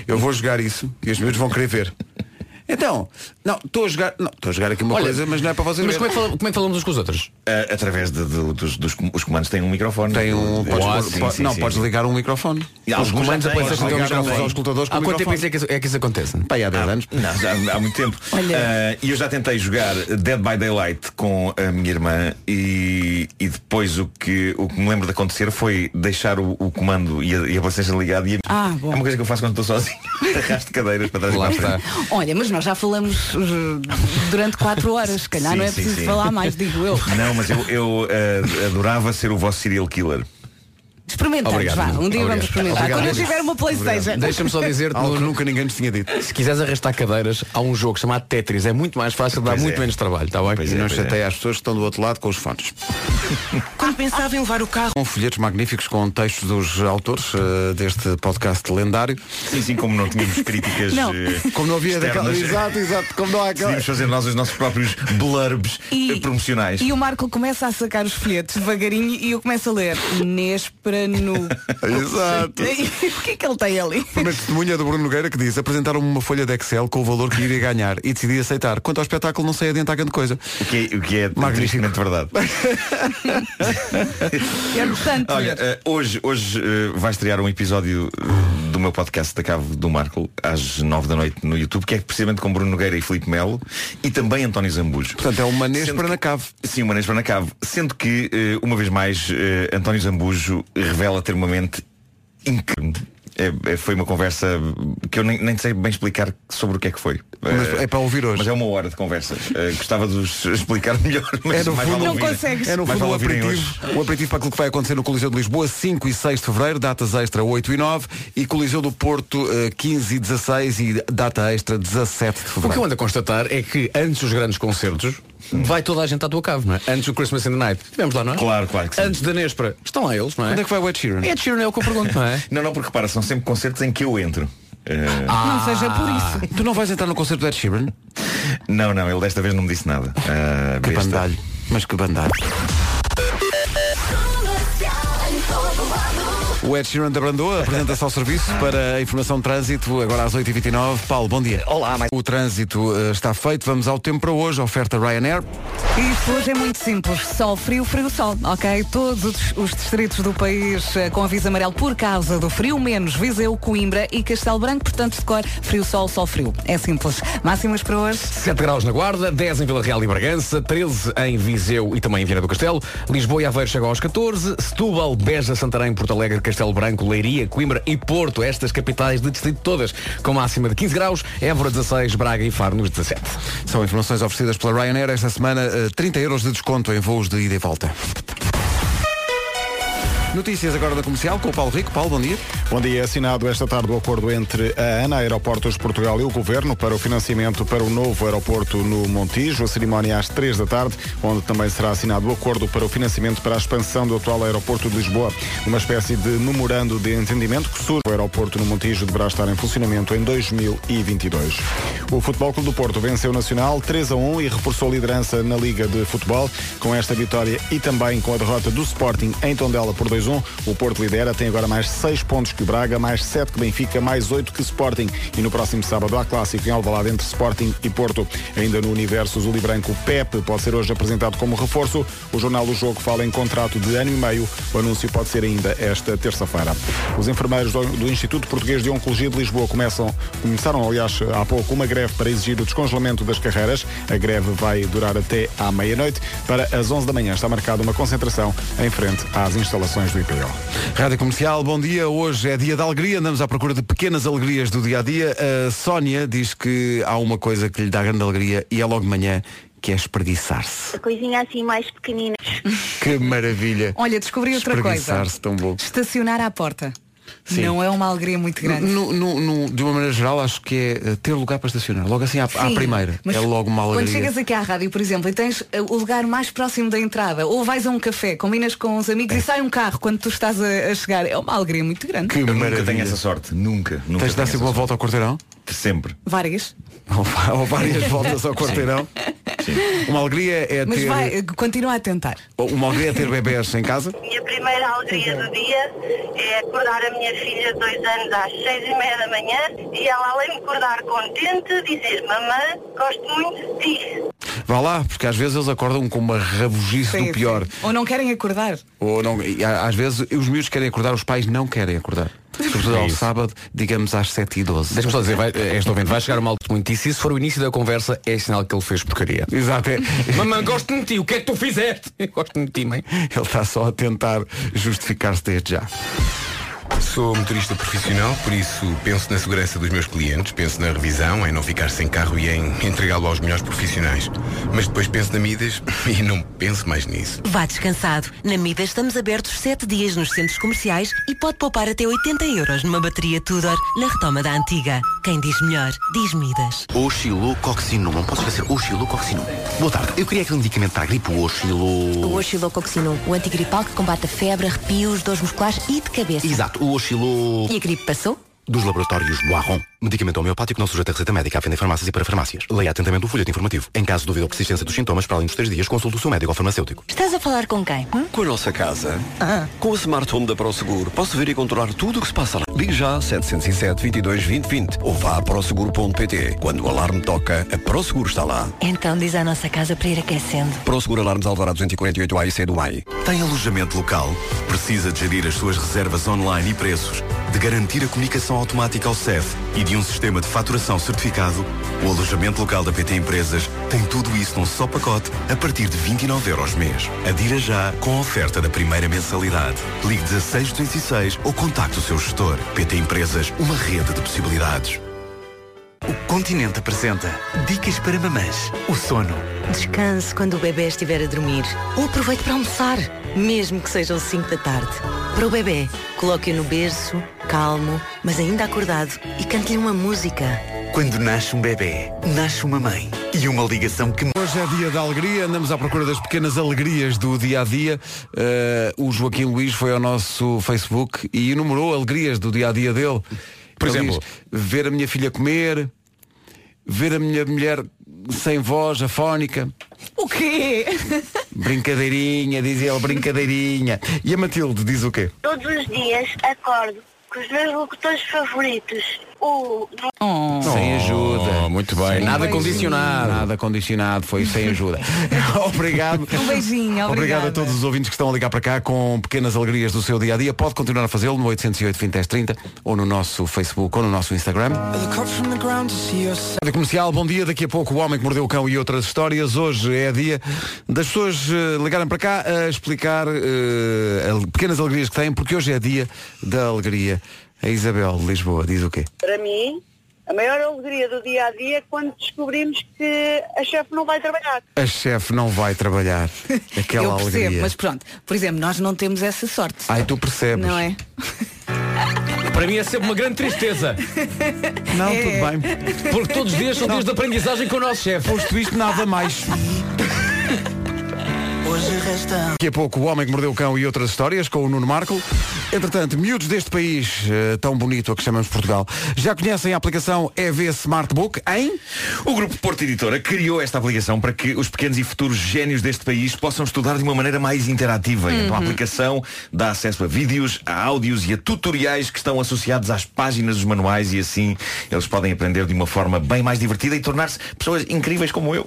Eu vou jogar isso e os meus vão querer ver. Então, não, estou a jogar. Não, estou a jogar aqui uma Olha, coisa, mas não é para vocês. Mas verem. como é, que fala- como é que falamos uns com os outros? Ah, através de- do- dos, dos com- os comandos têm um microfone. Tem um. Ah, podes pôr- sim, po- sim, não, sim. podes ligar um microfone. é E alguns já Comandos têm, aparecem outros com o ligaram microfone. também. aos escutadores com Há o quanto tempo microfone. é que isso, é que isso acontece? Pá, aí há 10 anos. Ah, Não, já há muito tempo. Olha. Ah, E eu já tentei jogar Dead by Daylight com a minha irmã e, e depois o que, o que me lembro de acontecer foi deixar o, o comando e a, e a PlayStation ligada e a- Ah, bom. é uma coisa que eu faço quando estou sozinho. Arrasto cadeiras para trás e Lá para a está. frente. Olha, mas nós já falamos eh, durante quatro horas, se calhar Sim, não é sim, preciso sim. falar mais, digo eu. Não, mas eu, eu, ah, adorava ser o vosso serial killer. Experimentamos, Obrigado, vá. Um dia obrigado. vamos experimentar. Obrigado, Quando eu Nuno. tiver uma Playstation. Deixa-me só dizer Algo no- que nunca ninguém nos tinha dito. Se quiseres arrastar cadeiras, há um jogo chamado Tetris. É muito mais fácil, dá Pois muito é. menos trabalho, está E bem? Pois é, não pois é. chateia as pessoas que estão do outro lado com os fones. Quando pensava em levar o carro. Com folhetos magníficos com textos dos autores eh, deste podcast lendário. Sim, sim, como não tínhamos críticas. Não. eh, Como não havia daquela. externas. Exato, exato. Como não há aquela. Decidimos fazer nós os nossos próprios blurbs eh, promocionais. E o Marco começa a sacar os folhetos devagarinho e eu começo a ler Nespranu. Exato. E o que é que ele tem ali? Uma testemunha é do Bruno Nogueira que diz apresentaram-me uma folha de Excel com o valor que iria ganhar e decidi aceitar. Quanto ao espetáculo não sei adiantar grande coisa. O que é, o que é Magnífico. tristemente verdade. Quero É tanto. Olha, eh, hoje, hoje eh, vai estrear um episódio eh, do meu podcast da Cave do Marco às 9 da noite no YouTube, que é precisamente com Bruno Nogueira e Filipe Melo e também António Zambujo. Portanto, é uma Nespera na Cave. Sim, uma Nespera na Cave. Sendo que, eh, uma vez mais, eh, António Zambujo revela ter uma mente incrível. É- é- foi uma conversa que eu nem, nem sei bem explicar sobre o que é que foi. Mas Eh, é para ouvir hoje. mas é uma hora de conversa. Eh, gostava de vos explicar melhor, mas é no mais fundo, vale ouvirem. É no Mais fundo o vale ouvirem aperitivo, hoje. o aperitivo para aquilo que vai acontecer no Coliseu de Lisboa, 5 e 6 de Fevereiro, datas extra 8 e 9, e Coliseu do Porto eh, 15 e 16 e data extra 17 de O que Fevereiro. eu ando a constatar é que antes dos grandes concertos vai toda a gente à tua cave, não é? Antes do Christmas in the Night. Estivemos lá, não é? Claro, claro que sim. Antes da Nespra. Estão lá eles, não é? Quando é que vai o Ed Sheeran? Ed Sheeran é o que eu pergunto, não é? Não, não, porque repara, são sempre concertos em que eu entro. Eh, Não seja por ah, isso. Ah. Tu não vais entrar no concerto do Ed Sheeran? Não, não, ele desta vez não me disse nada. Eh, Que besta. bandalho. Mas que bandalho. O Ed Sheeran da Brandoa apresenta-se ao serviço para a informação de trânsito, agora às 8h29. Paulo, bom dia. Olá, O trânsito eh, está feito, vamos ao tempo para hoje, oferta Ryanair. Isto hoje é muito simples. Sol, frio, frio, sol, ok? Todos os- os distritos do país eh, com aviso amarelo por causa do frio, menos Viseu, Coimbra e Castelo Branco, portanto, de cor, frio, sol, sol, frio. É simples. Máximas para hoje? 7 graus na Guarda, 10 em Vila Real e Bragança, 13 em Viseu e também em Viana do Castelo, Lisboa e Aveiro chegam aos 14, Setúbal, Beja, Santarém, Porto Alegre, Castelo Branco, Leiria, Coimbra e Porto, estas capitais de distrito todas, com máxima de 15 graus, Évora 16, Braga e Faro nos 17. São informações oferecidas pela Ryanair esta semana, eh, 30 euros de desconto em voos de ida e volta. Notícias agora da comercial com o Paulo Rico. Paulo, bom dia. Bom dia. Assinado esta tarde o acordo entre a ANA, Aeroportos de Portugal e o Governo para o financiamento para o novo aeroporto no Montijo. A cerimónia é às três da tarde, onde também será assinado o acordo para o financiamento para a expansão do atual aeroporto de Lisboa. Uma espécie de memorando de entendimento que surge. O aeroporto no Montijo deverá estar em funcionamento em 2022. O Futebol Clube do Porto venceu o Nacional 3 a 1 e reforçou a liderança na Liga de Futebol. Com esta vitória e também com a derrota do Sporting em Tondela por 2-1, o Porto lidera, tem agora mais 6 pontos que o Braga, mais 7 que Benfica, mais 8 que Sporting. E no próximo sábado há clássico em Alvalade entre Sporting e Porto. Ainda no universo azul e branco, Pepe pode ser hoje apresentado como reforço. O jornal do jogo fala em contrato de ano e meio. O anúncio pode ser ainda esta terça-feira. Os enfermeiros do, do Instituto Português de Oncologia de Lisboa começam, começaram, aliás, há pouco uma greve para exigir o descongelamento das carreiras. A greve vai durar até à meia-noite. Para as 11 da manhã está marcada uma concentração em frente às instalações do IPO. Rádio Comercial, bom dia. Hoje é dia da alegria, andamos à procura de pequenas alegrias do dia a dia. A Sónia diz que há uma coisa que lhe dá grande alegria e é logo de manhã, que é espreguiçar-se. A coisinha assim mais pequenina. Que maravilha. Olha, descobri outra coisa. Espreguiçar-se tão bom. Estacionar à porta. Sim. Não é uma alegria muito grande. No- no- no- de uma maneira geral, acho que é eh, ter lugar para estacionar. Logo assim, à, à Sim, primeira. mas É logo uma Quando alegria. chegas aqui à rádio, por exemplo, e tens eh, o lugar mais próximo da entrada, ou vais a um café, combinas com os É. amigos e sai um carro quando tu estás a, a chegar, é uma alegria muito grande. eu nunca tenho essa sorte. Nunca. nunca Tens de dar tenho sempre uma essa volta ao quarteirão? sorte. Sempre. Várias. Ou, ou várias voltas ao Sim. quarteirão? Uma alegria é Mas ter. vai, eh, continua a tentar. Uma alegria é ter bebés em casa? minha primeira alegria do dia é acordar a minha filha de dois anos às seis e meia da manhã e ela além de acordar contente dizer mamãe, gosto muito de ti. Vá lá, porque às vezes eles acordam com uma rabugice Sim, do pior. sim. Ou não querem acordar. Ou não, e a- às vezes os miúdos querem acordar, os pais não querem acordar. Sobretudo É ao isso. sábado, digamos às 7h12. Deixa-me só dizer, vai, eh, este ouvinte vai chegar uma altura muito e se isso for o início da conversa, é sinal que ele fez porcaria. Exato. é. Mamãe, gosto de ti, o que é que tu fizeste? Gosto de ti, mãe. Ele está só a tentar justificar-se desde já. Sou motorista profissional, por isso penso na segurança dos meus clientes, penso na revisão, em não ficar sem carro e em entregá-lo aos melhores profissionais. Mas depois penso na Midas e não penso mais nisso. Vá descansado. Na Midas estamos abertos 7 dias nos centros comerciais e pode poupar até 80 euros numa bateria Tudor na retoma da antiga. Quem diz melhor, diz Midas. Oxilococinum, não posso esquecer, oxilococinum. Boa tarde, eu queria aquele medicamento para a gripe, o O oxilo... Oxilocoxinol, o antigripal que combate a febre, arrepios, dores musculares e de cabeça. Exato, o oxilo... E a gripe passou? dos laboratórios Boiron. Medicamento homeopático não sujeito a receita médica à venda em farmácias e para farmácias. Leia atentamente o folheto informativo. Em caso de dúvida ou persistência dos sintomas, para além dos três dias, consulte o seu médico ou farmacêutico. Estás a falar com quem? Hum? Com a nossa casa. Ah. Com o Smart Home da ProSeguro, posso ver e controlar tudo o que se passa lá. Ligue já 707 22 20 20 ou vá a proseguro.pt. Quando o alarme toca, a ProSeguro está lá. Então diz à nossa casa para ir aquecendo. ProSeguro Alarmes Alvará 248 A e C do MAI. Tem alojamento local? Precisa de gerir as suas reservas online e preços? De garantir a comunicação automática ao CEF e de um sistema de faturação certificado? O alojamento local da PT Empresas tem tudo isso num só pacote a partir de 29 euros mês. Adira já com a oferta da primeira mensalidade. Ligue 16206 ou contacte o seu gestor. PT Empresas, uma rede de possibilidades. O Continente apresenta Dicas para mamãs. O sono. Descanse quando o bebê estiver a dormir. Ou aproveite para almoçar, mesmo que sejam 5 da tarde. Para o bebê, coloque-o no berço, calmo, mas ainda acordado, e cante-lhe uma música. Quando nasce um bebê, nasce uma mãe. E uma ligação que... Hoje é dia da alegria, andamos à procura das pequenas alegrias do dia a dia. Eh, o Joaquim Luís foi ao nosso Facebook e enumerou alegrias do dia a dia dele. Por Ele exemplo? diz, ver a minha filha comer, ver a minha mulher sem voz, afónica. O quê? Brincadeirinha, diz ele, brincadeirinha. E a Matilde diz o quê? Todos os dias acordo com os meus locutores favoritos. O. Oh, Sem ajuda. Muito bem. Nada condicionado. Nada condicionado, foi sem ajuda. obrigado. Um beijinho, Obrigado a todos os ouvintes que estão a ligar para cá com pequenas alegrias do seu dia a dia. Pode continuar a fazê-lo no 808 20 10 30 ou no nosso Facebook ou no nosso Instagram. Rádio Comercial, bom dia. Daqui a pouco o Homem que Mordeu o Cão e outras histórias. Hoje é dia das pessoas eh, ligarem para cá a explicar eh, al- pequenas alegrias que têm, porque hoje é dia da alegria. A Isabel de Lisboa diz o quê? Para mim, a maior alegria do dia a dia é quando descobrimos que a chefe não vai trabalhar. A chefe não vai trabalhar. Aquela Eu percebo, alegria. mas pronto. Por exemplo, nós não temos essa sorte. Ai, tu percebes. Não é? Para mim é sempre uma grande tristeza. Não, É. tudo bem. Porque todos os dias são Não. dias de aprendizagem com o nosso chefe. Posto isto, nada mais. Hoje resta Daqui a pouco o Homem que Mordeu o Cão e outras histórias com o Nuno Marco. Entretanto, miúdos deste país eh, tão bonito a que chamamos Portugal, já conhecem a aplicação EV Smartbook em... O Grupo Porto Editora criou esta aplicação para que os pequenos e futuros génios deste país possam estudar de uma maneira mais interativa. E Então a Uhum. aplicação dá acesso a vídeos, a áudios e a tutoriais que estão associados às páginas dos manuais e assim eles podem aprender de uma forma bem mais divertida e tornar-se pessoas incríveis como eu.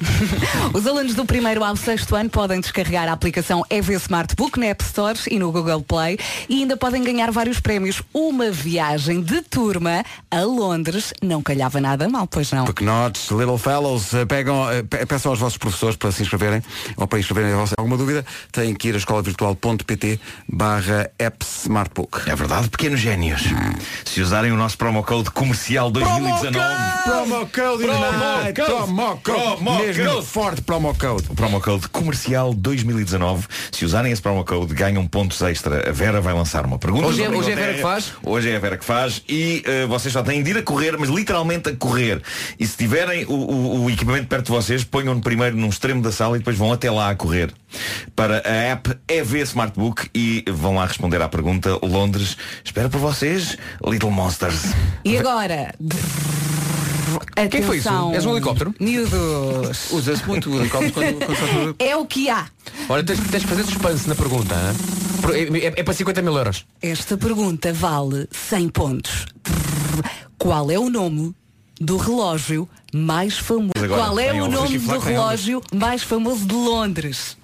Os alunos do primeiro ao sexto ano podem descarregar a aplicação EV Smartbook na App Store e no Google Play e ainda podem ganhar vários prémios. Uma viagem de turma a Londres não calhava nada mal, pois não? Knots, Little Fellows, eh, pegam, eh, pe- peçam aos vossos professores para se inscreverem ou para inscreverem a vossa alguma dúvida, têm que ir a escolavirtual.pt barra app Smartbook. É verdade, pequenos génios. Se usarem o nosso promo code comercial 2019. Promo code Promo Promo code. Promo code. Promo Mesmo code. forte promo code. O promo code comercial 2019. Se usarem esse promo code, ganham pontos extra. A Vera vai lançar uma pergunta. Hoje é- Uma hoje é a pergunta Vera que faz? Hoje é a Vera que faz. E eh, vocês só têm de ir a correr, mas literalmente a correr. E se tiverem o, o- o equipamento perto de vocês, ponham-no primeiro num extremo da sala e depois vão até lá a correr. Para a app EV Smartbook e vão lá responder à pergunta Londres. Espero por vocês, Little Monsters. E agora? Atenção. Quem foi isso? És um helicóptero? Miúdos. Usa-se muito o helicóptero quando, quando faz- É o que há. Olha, tens, tens de fazer suspense na pergunta. né? Pro- É, é- é para 50 mil euros. Esta pergunta vale 100 pontos. Qual é o nome do relógio mais famoso? Mas agora, Qual é tem o um ovos. nome Aqui do flaco tem ovos. relógio mais famoso de Londres?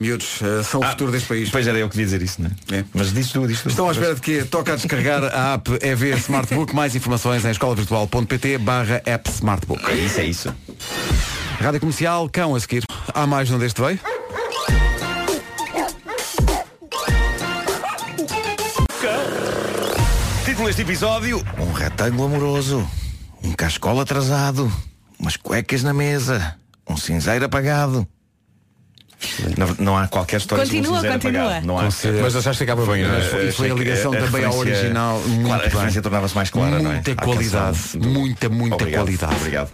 Miúdos, eh, são o Ah. futuro deste país. Pois era eu que devia dizer isso, não é? Mas diz tu, diz tu. Estão à espera de quê? Toca a descarregar a app EV Smartbook. Mais informações em escolavirtual.pt barra app Smartbook. É isso, é isso. Rádio Comercial, cão a seguir. Há mais onde este veio? Título deste episódio Um retângulo amoroso Um cascola atrasado Umas cuecas na mesa Um cinzeiro apagado não, não há qualquer história sobre Continua, um cinzeiro continua. apagado. Não há. Considera- Mas achaste que acabava bem, não é? eh, Foi- foi achei a que ligação também ao referência- original, muito Claro, a bem. referência tornava-se mais clara, não é? Muita À canção. qualidade. Muita, muita Obrigado, qualidade. Obrigado.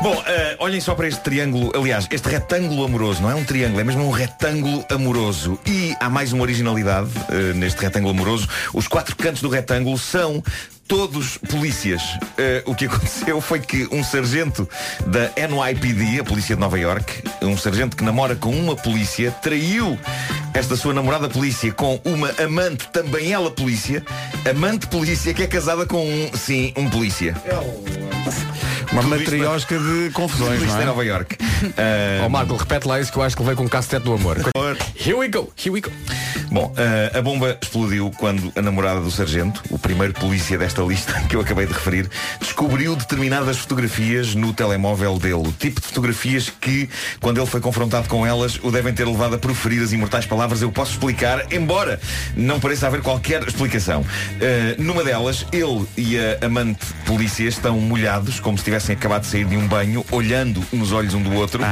Bom, eh, olhem só para este triângulo, aliás, este retângulo amoroso, não é um triângulo, é mesmo um retângulo amoroso. E há mais uma originalidade eh, neste retângulo amoroso. Os quatro cantos do retângulo são todos polícias. Eh, o que aconteceu foi que um sargento da NYPD, a polícia de Nova York, um sargento que namora com uma polícia, traiu esta sua namorada polícia com uma amante, também ela polícia, amante polícia que é casada com um, sim, um polícia. Uma matriosca de confusões, Tudo isto não é? em Nova York. Ó Marco, repete lá isso que eu acho que levei com um cacete do amor. Here we go, here we go. Bom, eh, a bomba explodiu quando a namorada do sargento, o primeiro polícia desta lista que eu acabei de referir, descobriu determinadas fotografias no telemóvel dele. O tipo de fotografias que, quando ele foi confrontado com elas, o devem ter levado a proferir as imortais palavras eu posso explicar, embora não pareça haver qualquer explicação. Eh, numa delas, ele e a amante polícia estão molhados, como se tivessem acabado de sair de um banho, olhando nos olhos um do outro.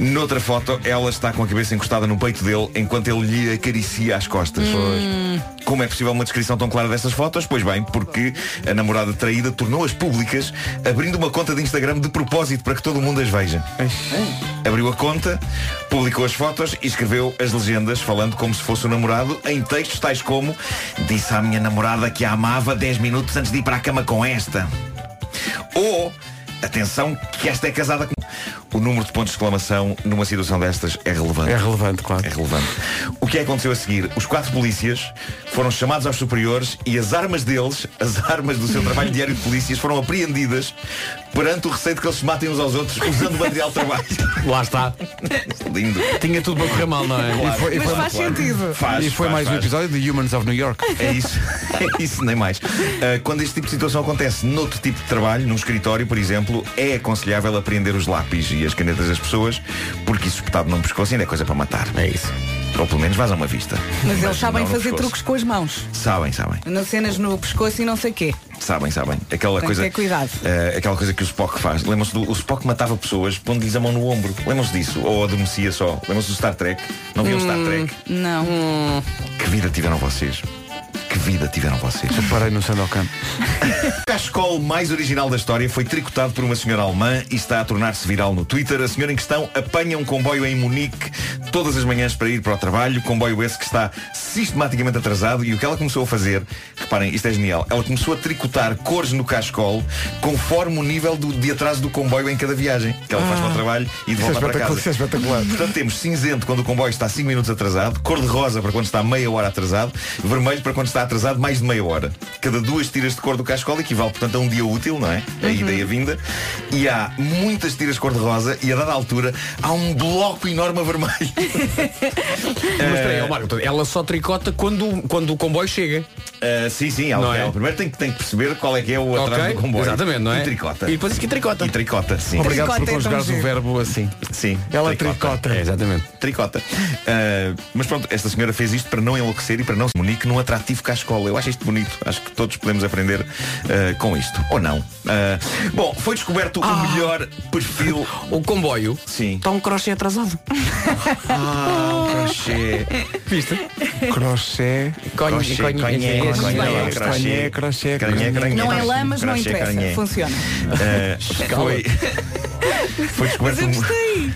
Noutra foto, ela está com a cabeça encostada no peito dele, enquanto ele lhe acaricia as costas. Como é possível uma descrição tão clara dessas fotos? Pois bem, porque a namorada traída tornou-as públicas, abrindo uma conta de Instagram de propósito para que todo mundo as veja. Abriu a conta, publicou as fotos e escreveu as legendas, falando como se fosse o namorado, em textos tais como Disse à minha namorada que a amava 10 minutos antes de ir para a cama com esta. Ou, atenção, que esta é casada com... O número de pontos de exclamação numa situação destas é relevante. É relevante, claro. É relevante. O que é que aconteceu a seguir? Os quatro polícias foram chamados aos superiores e as armas deles, as armas do seu trabalho diário de polícias, foram apreendidas perante o receio de que eles se matem uns aos outros usando material de trabalho. Lá está. Lindo. Tinha tudo para correr mal, não é? Claro. Mas faz sentido. Faz, e foi faz, mais um faz. episódio de Humans of New York. É isso, é isso, nem mais. Ah, quando este tipo de situação acontece noutro tipo de trabalho, num escritório, por exemplo, é aconselhável apreender os lápis e as canetas das pessoas, porque isso espetado num pescoço ainda é coisa para matar. É isso. Ou pelo menos vais a uma vista. Mas não eles sabem no fazer pescoço. truques com as mãos. Sabem, sabem. Nas cenas no pescoço e não sei quê. Sabem, sabem. Tem Aquela que coisa. ter cuidado. eh, aquela coisa que o Spock faz. Lembram-se do. O Spock matava pessoas pondo-lhes a mão no ombro. Lembram-se disso? Ou adormecia só. Lembram-se do Star Trek? Não viam Star Hum. Trek? Não. Que vida tiveram vocês? Que vida tiveram vocês? Eu parei no Sandokan. O cascol mais original da história foi tricotado por uma senhora alemã e está a tornar-se viral no Twitter. A senhora em questão apanha um comboio em Munique todas as manhãs para ir para o trabalho. Comboio esse que está sistematicamente atrasado e o que ela começou a fazer, reparem, isto é genial, ela começou a tricotar cores no cascol conforme o nível do, de atraso do comboio em cada viagem que ela faz Ah. para o trabalho e de Isso é volta para espetacular, casa. isso é espetacular. Portanto, temos cinzento quando o comboio está 5 minutos atrasado, cor-de-rosa para quando está meia hora atrasado, vermelho para quando está atrasado mais de meia hora. Cada duas tiras de cor do cascola equivale, portanto, a um dia útil, não é? Uhum. A ida e a vinda. E há muitas tiras cor-de-rosa e a dada altura há um bloco enorme a vermelho. Mas espera aí, É. ó, Marco, então, ela só tricota quando, quando o comboio chega. Ah, sim, sim, ela, Não é? ela primeiro tem que, tem que perceber qual é que é o atraso Ok, do comboio. exatamente, não é? E tricota. E depois isso que tricota. E tricota, sim. Obrigado por conjugares o verbo. verbo assim. Sim. Ela tricota. exatamente. Tricota. Ah, mas pronto, esta senhora fez isto para não enlouquecer e para não se munique num atrativo cá à escola. Eu acho isto bonito. Acho que todos podemos aprender ah, com isto. Ou não. Ah, bom, foi descoberto o melhor perfil. O comboio Sim. está um crochê atrasado. Ah, um crochê. Viste? Crochê. Conhe- Crochê, conhe- conhe- conhe- conhe- conhe- crochê. Crochê, crochê, Crochê, crochê. Não é lã, mas não Crochê, interessa. crochê. Funciona. Ah, foi, foi descoberto o me-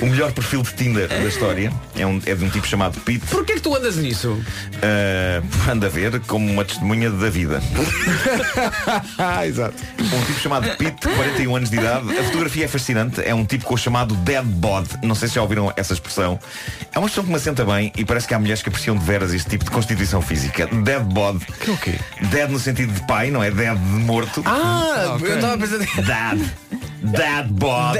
o melhor perfil de Tinder da história. É, um- é de um tipo chamado Pete. Porquê que tu andas nisso? Ah, anda a ver como uma testemunha da vida. Exato. Um tipo chamado Pete, 41 anos de idade. A fotografia é fascinante. É um tipo com o chamado dead bod. Não sei se já ouviram essa expressão. É uma expressão que me assenta bem e parece que há mulheres que apreciam de veras este tipo de constituição física. Dead bod. Que é o quê? Dead no sentido de pai, não é? Dead de morto. Ah, eu estava a pensar. Dad. Dad bod.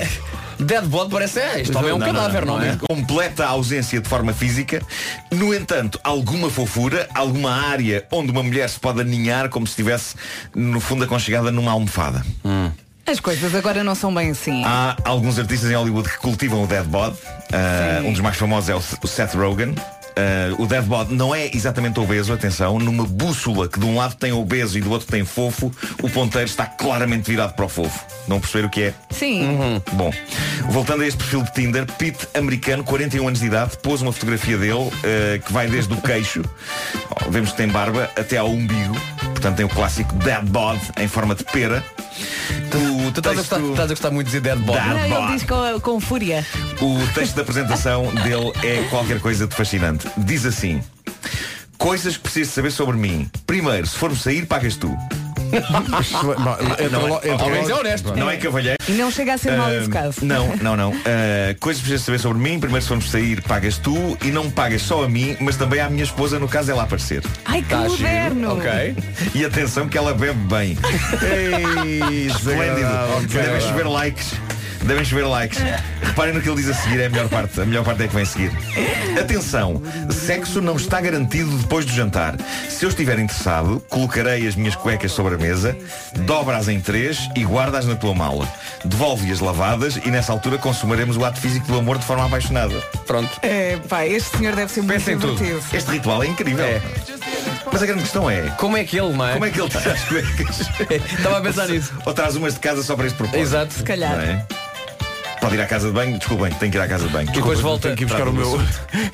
Deadbot parece é, isto também é um cadáver, não, é? Completa a ausência de forma física. No entanto, alguma fofura, alguma área onde uma mulher se pode aninhar como se estivesse, no fundo, aconchegada numa almofada. Hum. As coisas agora não são bem assim. Há alguns artistas em Hollywood que cultivam o dead bod. Ah, um dos mais famosos é o o Seth Rogen. Ah, o dead bod não é exatamente obeso, atenção, numa bússola que de um lado tem obeso e do outro tem fofo, o ponteiro está claramente virado para o fofo. Não perceberam o que é? Sim. Bom, voltando a este perfil de Tinder, Pete, americano, 41 anos de idade, pôs uma fotografia dele eh, que vai desde o queixo, ó, vemos que tem barba, até ao umbigo. Portanto, tem o clássico dead bod em forma de pera. O Tu estás a, gostar, estás a gostar muito de dizer dead body. é? Dá. Não, Bom. ele diz com, com fúria. tá. O texto da apresentação dele é qualquer coisa de fascinante. Diz assim: Coisas que preciso saber sobre mim. Primeiro, se formos sair, pagas tu. Não lo- é. entra Ok. logo- Pronto. Não é cavalheiro. E não chega a ser mal Ah, educado. Não, não, não. Ah, coisas que precisas saber sobre mim. Primeiro, se formos sair, pagas tu e não pagas só a mim, mas também à minha esposa, no caso ela aparecer. Ai, que Tá giro, moderno! ok. E atenção que ela bebe bem. Ei, Esplêndido. desagradável, Devem desagradável. chover likes. Devem chover likes. Reparem no que ele diz a seguir, é a melhor parte. A melhor parte é que vem a seguir. Atenção, sexo não está garantido depois do jantar. Se eu estiver interessado, colocarei as minhas cuecas sobre a mesa, dobra-as em três e guarda-as na tua mala. Devolve-as lavadas e nessa altura consumaremos o ato físico do amor de forma apaixonada. Pronto. É, pá, este senhor deve ser muito divertido. Este ritual é incrível. Mas a grande questão é Como é que ele, não é? Como é que ele traz as cuecas? Estava a pensar nisso Ou traz umas de casa só para este propósito Exato, se calhar. é? Pode ir à casa de banho, desculpem, tenho que ir à casa de banho depois volta aqui aqui buscar o meu.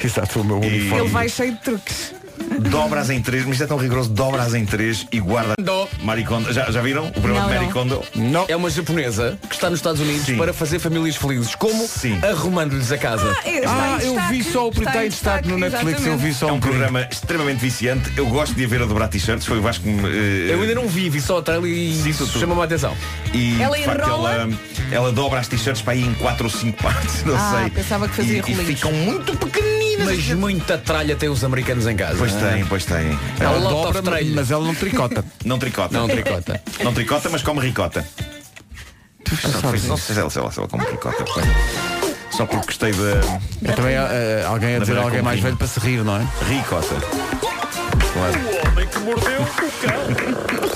Exato, o meu Ele uniforme. vai cheio de truques. Dobras em três, mas isto é tão rigoroso Dobras em três e guarda Dó. Maricondo, já, já viram? O Não, programa de não. Maricondo Não. É uma japonesa que está nos Estados Unidos para fazer famílias felizes. Como? Arrumando-lhes a casa. Ah, é, está em Ah, eu vi destaque, só o está em Pretá em destaque no destaque, Netflix, eu vi É um programa extremamente viciante Eu gosto de a ver a dobrar t-shirts Foi o Vasco que me, eh, Eu ainda não vi, vi só o trailer e chama-me a atenção. E Ela de facto enrola? ela, ela dobra as t-shirts para ir em 4 ou 5 partes, não Ah, sei. pensava que fazia e, e rolinhos. ficam muito pequeninas. Mas muita tralha tem os americanos em casa. Pois não é? têm, pois têm. Há lot of tralha. mas ela não tricota. Não tricota. Não tricota. não tricota, mas come ricota. Não sei se ela, se ela, se ela come ricota. foi. Só porque gostei da. É também ah, alguém a Da dizer a maneira alguém como mais rima. velho para se rir, não é? Ricota. Claro. homem que mordeu o cão.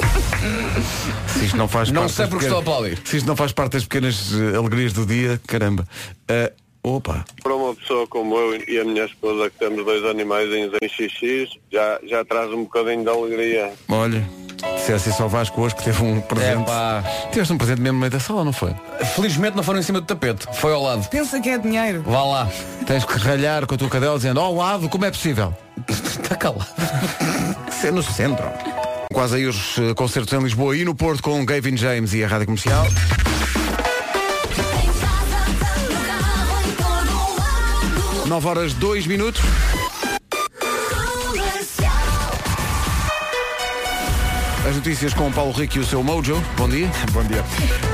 Se isto não faz Não parte sei das porque pequenas- estou a aplaudir. Se isto não faz parte das pequenas eh, alegrias do dia, caramba. Ah, opa. Para uma pessoa como eu e a minha esposa, que temos dois animais em xixis, já, já traz um bocadinho de alegria. Olha, dissesse isso ao Vasco hoje que teve um presente. Tiveste um presente mesmo no meio da sala, não foi? Felizmente não foram em cima do tapete. Foi ao lado. Pensa que é dinheiro. Vá lá. Tens que ralhar com a tua cadela dizendo ao lado, como é possível? Está calado. Ser no centro. Quase aí os eh, concertos em Lisboa e no Porto com o Gavin James e a Rádio Comercial. Nove horas dois minutos. As notícias com o Paulo Rico e o seu Mojo. Bom dia. Bom dia.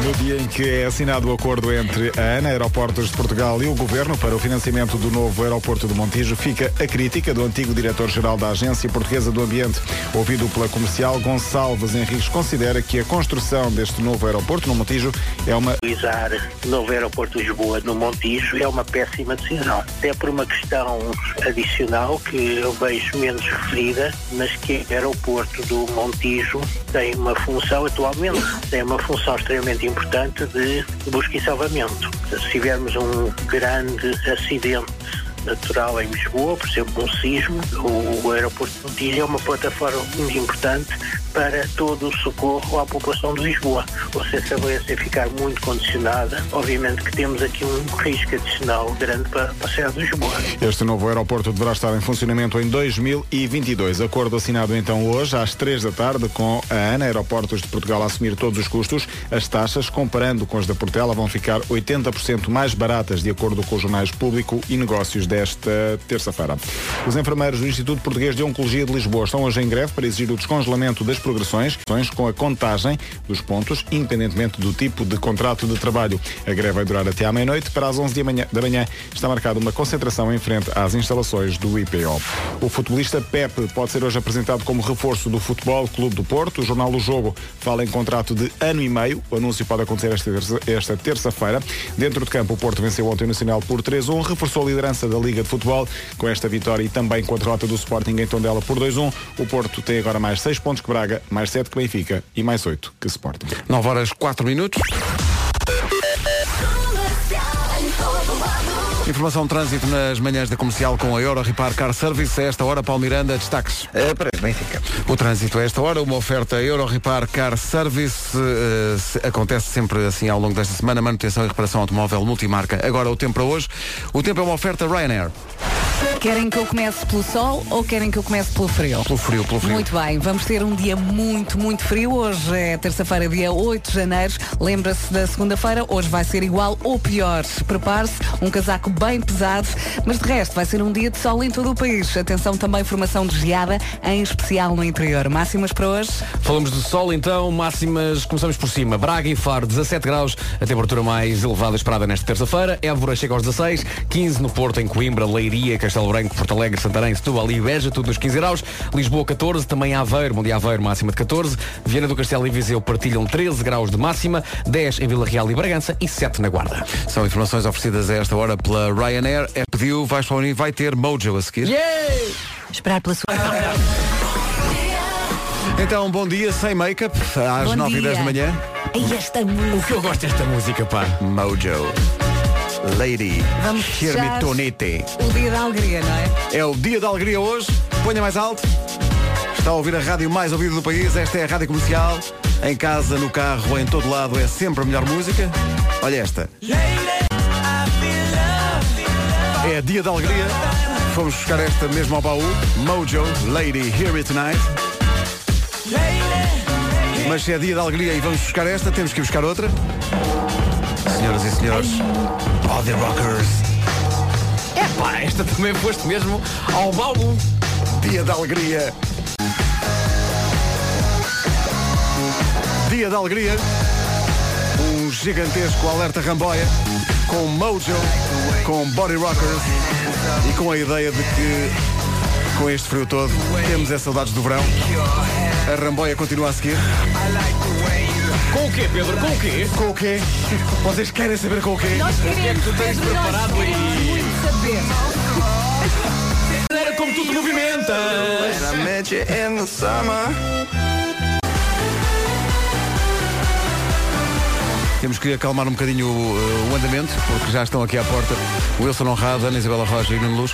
No dia em que é assinado o acordo entre a ANA, Aeroportos de Portugal e o Governo para o financiamento do novo aeroporto de Montijo, fica a crítica do antigo diretor-geral da Agência Portuguesa do Ambiente. Ouvido pela comercial, Gonçalves Henriques considera que a construção Então, deste novo aeroporto no Montijo é uma... Utilizar o novo aeroporto de Lisboa no Montijo é uma péssima decisão. Até por uma questão adicional que eu vejo menos referida, mas que o aeroporto do Montijo tem uma função atualmente, tem uma função extremamente importante de busca e salvamento. Se tivermos um grande acidente natural em Lisboa, por exemplo, um sismo, o, o aeroporto de Montijo é uma plataforma muito importante para todo o socorro à população de Lisboa. Ou seja, se a doença é ficar muito condicionada, obviamente que temos aqui um risco adicional grande para, para a cidade de Lisboa. Este novo aeroporto deverá estar em funcionamento em 2022. Acordo assinado então hoje às 3 da tarde com a ANA Aeroportos de Portugal a assumir todos os custos. As taxas, comparando com as da Portela, vão ficar 80% mais baratas, de acordo com os jornais Público e Negócios desta terça-feira. Os enfermeiros do Instituto Português de Oncologia de Lisboa estão hoje em greve para exigir o descongelamento das progressões com a contagem dos pontos, independentemente do tipo de contrato de trabalho. A greve vai durar até à meia-noite. Para as 11 da manhã, da manhã está marcada uma concentração em frente às instalações do IPO. O futebolista Pepe pode ser hoje apresentado como reforço do Futebol Clube do Porto. O jornal O Jogo fala em contrato de ano e meio. O anúncio pode acontecer esta terça- esta terça-feira. Dentro de campo, o Porto venceu ontem o Nacional por 3-1, reforçou a liderança da Liga de Futebol com esta vitória e também com a derrota do Sporting em Tondela por 2-1. O Porto tem agora mais 6 pontos que Braga, mais 7 que Benfica e mais 8 que Sporting. 9 horas 4 minutos. Informação de trânsito nas manhãs da comercial com a Euro Repar Car Service. A esta hora, Paulo Miranda, destaques. É, para Benfica. O trânsito a esta hora, uma oferta Euro Repar Car Service. eh, se- acontece sempre assim ao longo desta semana. Manutenção e reparação automóvel multimarca. Agora o tempo para hoje. O tempo é uma oferta Ryanair. Querem que eu comece pelo sol ou querem que eu comece pelo frio? Pelo frio, pelo frio. Muito bem, vamos ter um dia muito, muito frio. Hoje é terça-feira, dia 8 de janeiro. Lembra-se da segunda-feira, hoje vai ser igual ou pior. Prepare-se, um casaco bem pesado, mas de resto vai ser um dia de sol em todo o país. Atenção também, formação de geada, em especial no interior. Máximas para hoje? Falamos do sol então, máximas, começamos por cima. Braga e Faro, 17 graus, a temperatura mais elevada esperada nesta terça-feira. Évora chega aos 16, 15 no Porto, em Coimbra, Leiria, Castelo Branco, Porto Alegre, Santarém, Setúbal e Beja, tudo nos 15 graus. Lisboa 14, também Aveiro, Mundo de Aveiro, máxima de 14. Viana do Castelo e Viseu partilham 13 graus de máxima, 10 em Vila Real e Bragança e 7 na Guarda. São informações oferecidas a esta hora pela Ryanair. É pediu, vais para o Uni, vai ter Mojo a seguir. Esperar pela sua. Então, bom dia, sem make-up, às Bom 9 e 10 da dia. manhã. Ai, esta música. que eu gosto desta música, pá. Mojo. Lady. Vamos fechar. Hermitonete. O dia da alegria, não é? É o dia da alegria hoje. Ponha mais alto. Está a ouvir a rádio mais ouvida do país. Esta é a rádio comercial. Em casa, no carro, em todo lado, é sempre a melhor música. Olha esta. É dia da alegria. Fomos buscar esta mesmo ao baú. Mojo, Lady, Hear Me Tonight. Mas se é dia da alegria e vamos buscar esta, temos que ir buscar outra. Senhoras e senhores, Body Rockers. É pá, esta também foste mesmo ao baú. Dia da alegria. Dia da alegria. Um gigantesco alerta ramboia com Mojo, com Body Rockers e com a ideia de que com este frio todo temos as saudades do verão. A ramboia continua a seguir. Com o quê, Pedro? Com o quê? Com o quê? Vocês querem saber com o quê? Nós O que é que queremos, tu tens Pedro, nós preparado queremos aí? muito saber. Era como tu te movimentas. Temos que acalmar um bocadinho uh, o andamento, porque já estão aqui à porta o Wilson Honrado, Ana Isabela Rocha e Nuno Luz.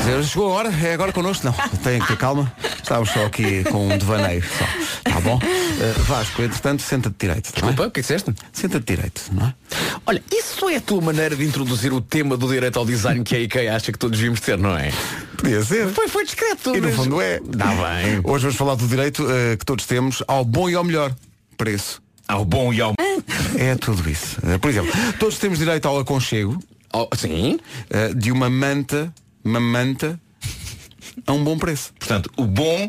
Dizer, Chegou a hora, é agora connosco? Não, tem que ter calma. Estávamos só aqui com um devaneio. Só. Tá bom? Uh, Vasco, entretanto, senta-te direito. Desculpa, o que disseste? Senta-te direito, não é? Olha, isso é a tua maneira de introduzir o tema do direito ao design que a IKEA acha que todos devíamos ter, não é? Podia ser. Foi, foi discreto. E no mas- fundo é. Dá bem. Hoje vamos falar do direito eh, que todos temos ao bom e ao melhor preço. Ao bom e ao É tudo isso. Eh, Por exemplo, todos temos direito ao aconchego. eh, sim. de uma manta, uma manta, a um bom preço. Portanto, o bom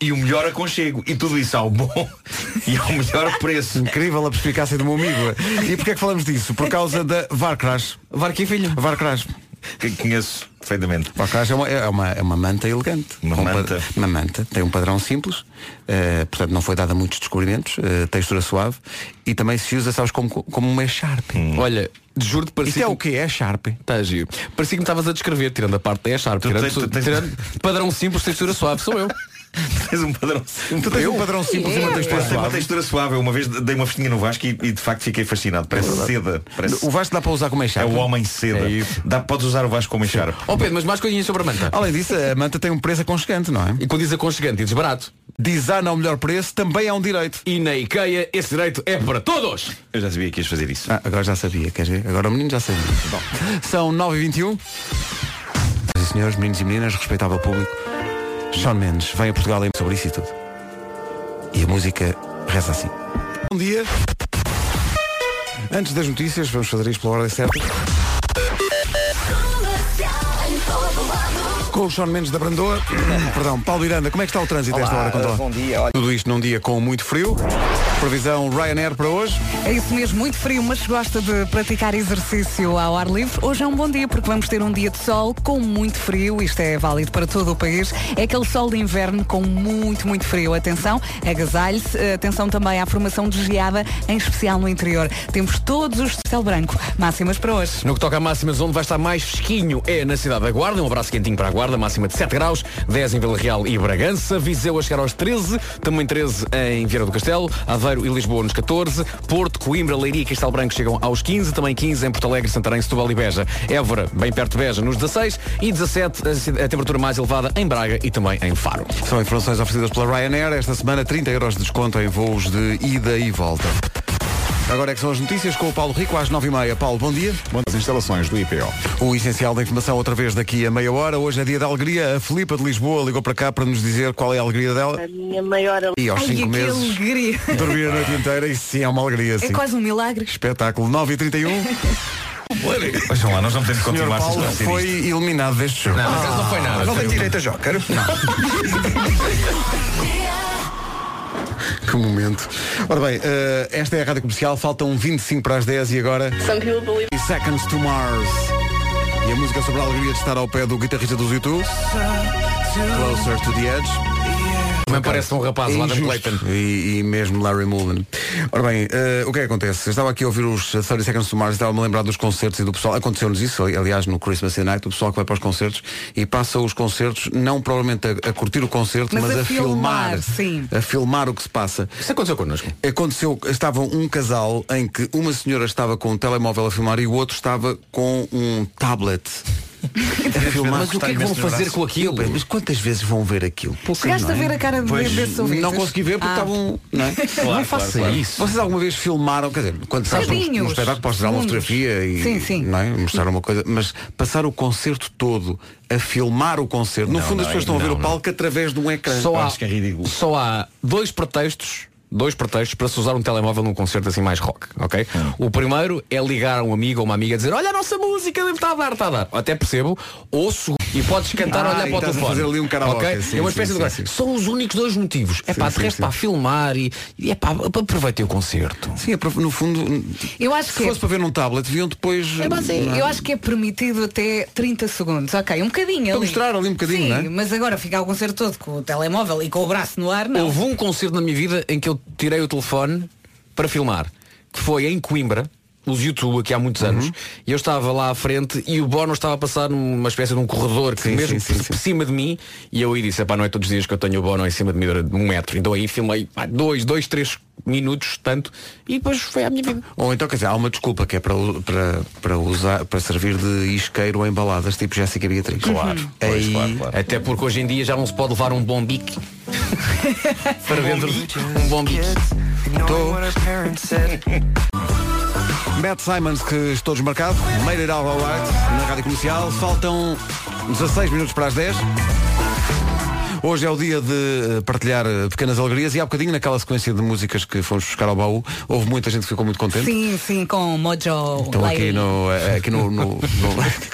e o melhor aconchego. E tudo isso ao bom e ao melhor preço. Incrível a perspicácia do meu amigo. E porquê é que falamos disso? Por causa da Varcrash. Varquim filho. Varcrash. Que conheço perfeitamente. Varcrash é uma, é uma, é uma manta elegante. Uma Com um manta. pad- uma manta. Tem um padrão simples. eh, portanto, não foi dada muitos descobrimentos. eh, textura suave. E também se usa, sabes, como, como uma Sharp. Olha, juro-te parecia. Isto é o quê? É Sharp? Está giro. Parecia que me estavas a descrever, tirando a parte da E-Sharp, tirando, tens- tu tens- tirando padrão simples, textura suave, sou eu. Tens um padrão simples. Tu tens um padrão simples e uma textura Mas tem uma suave. textura suave. Eu Uma vez dei uma festinha no Vasco e, e de facto fiquei fascinado. Parece seda. Parece... É O Vasco dá para usar como é É Sharp. o homem seda. Dá, podes usar o Vasco como enxar. Ó Pedro, mas mais coisinhas sobre a manta. Além disso, a manta tem um preço aconchegante, não é? E quando diz aconchegante, dizes barato. Design ao melhor preço também é um direito. E na IKEA esse direito é para todos. Eu já sabia que ias fazer isso. Ah, agora já sabia, queres ver? Agora o menino já sabia. Bom, são 9h21. Senhoras e senhores, meninos e meninas, respeitável público, Sean Mendes vem a Portugal em sobre isso e tudo. E a música reza assim. Bom dia. Antes das notícias, vamos fazer isto pela ordem certa. Com o Sean Mendes da Brandoa. Perdão, Paulo Miranda, como é que está o trânsito a esta Olá, hora? Conta lá. bom dia. Olha, Tudo isto num dia com muito frio. Previsão Ryanair para hoje. É isso mesmo, muito frio, mas se gosta de praticar exercício ao ar livre, hoje é um bom dia porque vamos ter um dia de sol com muito frio, isto é válido para todo o país. É aquele sol de inverno com muito, muito frio. Atenção, agasalhe-se, Eh, atenção também à formação de geada, em especial no interior. Temos todos os de céu branco, máximas para hoje. No que toca a máximas, onde vai estar mais fresquinho é na cidade da Guarda. Um abraço quentinho para a Guarda, máxima de 7 graus, 10 em Vila Real e Bragança, Viseu a chegar aos 13, também 13 em Vieira do Castelo, Aveiro e Lisboa nos 14, Porto, Coimbra, Leiria e Castelo Branco chegam aos 15, também 15 em Porto Alegre, Santarém, Setúbal e Beja, Évora, bem perto de Beja, nos 16 e 17 a ci- a temperatura mais elevada em Braga e também em Faro. São informações oferecidas pela Ryanair. Esta semana, 30 euros de desconto em voos de ida e volta. Agora é que são as notícias com o Paulo Rico às 9h30. Paulo, bom dia. Bom dia. instalações do IPO. O essencial da informação outra vez daqui a meia hora. Hoje é dia da alegria. A Filipa de Lisboa ligou para cá para nos dizer qual é a alegria dela. A minha maior alegria. E aos cinco que meses. alegria. Dormir a noite inteira, isso sim é uma alegria. É Sim. quase um milagre. Espetáculo 9h31. Vejam lá, nós não podemos Senhor continuar se Paulo isto vai ser foi isto. eliminado deste jogo. Não, por acaso não foi nada. Não Foi tem um- direito a joker. Que momento. Ora bem, eh, esta é a Rádio Comercial, faltam 25 para as 10 e agora. Some people believe. Seconds to Mars. E a música sobre a alegria de estar ao pé do guitarrista dos YouTube. Closer to the Edge. Também parece um rapaz, o Adam Injusto. Clayton. E, e mesmo Larry Mullen. Ora bem, eh, o que é que acontece? Eu estava aqui a ouvir os 30 Seconds to Mars e estava-me a lembrar dos concertos e do pessoal. Aconteceu-nos isso, aliás, no Christmas Night, o pessoal que vai para os concertos e passa os concertos, não provavelmente a, a curtir o concerto, mas, a, filmar sim. a filmar o que se passa. Isso aconteceu connosco. Aconteceu, estava um casal em que uma senhora estava com um telemóvel a filmar e o outro estava com um tablet. A filmar, Mas o que é que vão fazer com aquilo? Mas quantas vezes vão ver aquilo? Poucas, Chegaste não é? a ver a cara de Pois, desse ouvinte? Não consegui ver porque Ah. estavam. não é? Claro, não faça claro, claro. isso. Vocês alguma vez filmaram, quer dizer, quando estás num, num Bocadinhos. espetáculo podes tirar uma Segundos. fotografia e Sim, sim. Não é? mostrar uma coisa, mas passar o concerto todo a filmar o concerto, no Não, fundo as não, pessoas estão a ver não, o não. palco através de um ecrã. Só há, Acho que é só há dois pretextos dois pretextos para se usar um telemóvel num concerto assim mais rock, ok? Hum. O primeiro é ligar a um amigo ou uma amiga e dizer olha a nossa música, está a dar, está a dar. Até percebo, ouço e podes cantar, Ah, olhar e para o estás a telefone. fazer ali um karaoke, ok? sim, é uma sim, espécie sim, de... sim. São os únicos dois motivos. É Sim, pá, de sim, resto sim. para filmar e, e é pá, para aproveitem o concerto. Sim, é para- no fundo, Eu acho se que é. fosse para ver num tablet, viam depois. É bom, sim. não é? Eu acho que é permitido até 30 segundos, ok, um bocadinho ali. Para mostrar ali um bocadinho, Sim, não é? mas agora ficar o concerto todo com o telemóvel e com o braço no ar, não. Houve um concerto na minha vida em que eu tirei o telefone para filmar, que foi em Coimbra, os YouTube aqui há muitos Uhum. anos, e eu estava lá à frente e o Bono estava a passar numa espécie de um corredor que Sim, mesmo sim, sim, por cima de mim, e eu aí disse, "Epá, não é todos os dias que eu tenho o Bono em cima de mim durante um metro. Então aí filmei pá, dois, dois, três minutos, tanto, e depois foi a minha vida. Ou então, quer dizer, há uma desculpa que é para, u- para, para usar, para servir de isqueiro em baladas, tipo Jéssica Beatriz. Uhum. Claro, Aí, Até porque hoje em dia já não se pode levar um bom bique. para dentro de um bom bique. Matt Simons, que estou desmarcado, Made It All Alright, na Rádio Comercial. Faltam 16 minutos para as 10. Hoje é o dia de eh, partilhar eh, pequenas alegrias e há bocadinho naquela sequência de músicas que fomos buscar ao baú, houve muita gente que ficou muito contente. Sim, sim, com o Mojo Então aqui Lady. no, eh, aqui no, no, no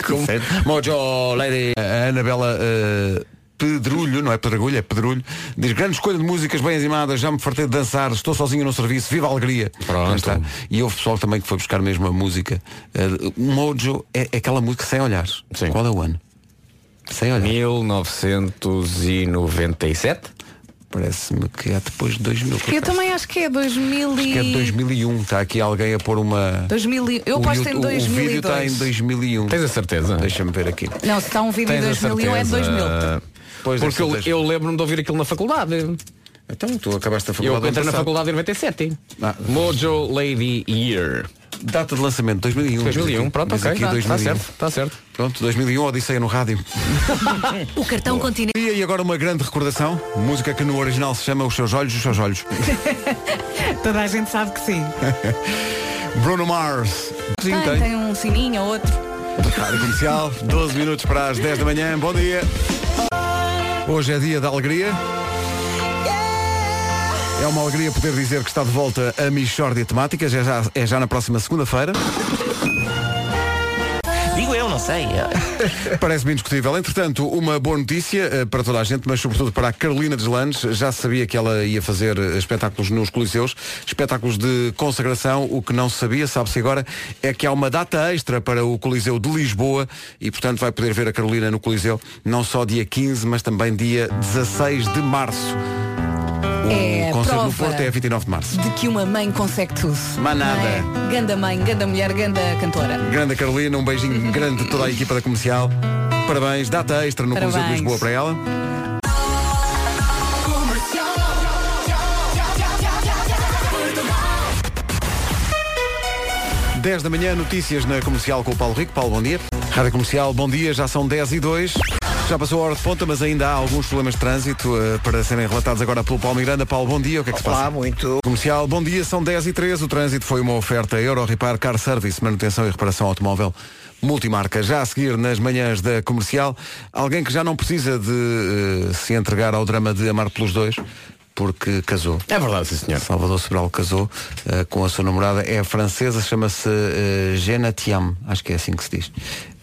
como? Mojo Lady a Anabela eh, Pedrulho, não é Pedregulho, é Pedrulho Diz, grande escolha de músicas bem animadas Já me fartei de dançar, estou sozinho no serviço Viva a alegria Pronto. Aí está. E houve pessoal também que foi buscar mesmo a música Eh, Mojo é, é aquela música sem olhar Qual é o ano? Sem olhar 1997? Parece-me que é depois de 2000 Eu também acho que é 2000 Acho que é de e... 2001 Está aqui alguém a pôr uma 2000 e- Eu o aposto Yu- em o- O vídeo está em 2002. 2001 Tens a certeza? Deixa-me ver aqui Não, se está um vídeo em Tens a 2001 é de 2000. certeza. Pois, Porque eu, deve ser eu lembro-me de ouvir aquilo na faculdade. Então tu acabaste a Eu faculdade do ano entrei na passado. faculdade em 97. Ah. Mojo Lady Year. Data de lançamento 2001. 2001, pronto, Diz ok. aqui Está 2001. certo, está certo. Pronto, 2001, Odisseia no rádio. O cartão continente. E agora uma grande recordação, música que no original se chama Os Seus Olhos, Os Seus Olhos. Toda a gente sabe que sim. Bruno Mars. Tá, Sim, tem, tem. tem um sininho ou outro. Rádio Comercial, 12 minutos para as 10 da manhã. Bom dia. Hoje é dia da alegria. É uma alegria poder dizer que está de volta a Michórdia Temáticas. É já, é já na próxima segunda-feira. Digo eu, não sei. Parece-me indiscutível. Entretanto, uma boa notícia eh, para toda a gente, mas sobretudo para a Carolina Deslandes. Já se sabia que ela ia fazer eh, espetáculos nos Coliseus, espetáculos de consagração. O que não se sabia, sabe-se agora, é que há uma data extra para o Coliseu de Lisboa e, portanto, vai poder ver a Carolina no Coliseu não só dia 15, mas também dia 16 de março. O É a concerto no prova. Porto é a 29 de março. De que uma mãe consegue tudo. Mas nada. não é? Ganda mãe, ganda mulher, ganda cantora. Grande Carolina, um beijinho grande de toda a equipa da comercial. Parabéns, data extra no Coliseu de Parabéns. Lisboa para ela. Comercial. 10 da manhã, notícias na comercial com o Paulo Rico. Paulo, bom dia. Rádio Comercial, bom dia, já são 10 e 2. Já passou a hora de ponta, mas ainda há alguns problemas de trânsito eh, para serem relatados agora pelo Paulo Miranda. Paulo, bom dia, o que é que se passa? muito. Comercial, bom dia, são 10 e 13 O trânsito foi uma oferta Euro Repar Car Service, manutenção e reparação automóvel multimarca. Já a seguir, nas manhãs da comercial, alguém que já não precisa de eh, se entregar ao drama de Amar pelos Dois, porque casou. É verdade, sim, senhor. Salvador Sobral casou eh, com a sua namorada, é francesa, chama-se eh, Jenna Tiam, acho que é assim que se diz.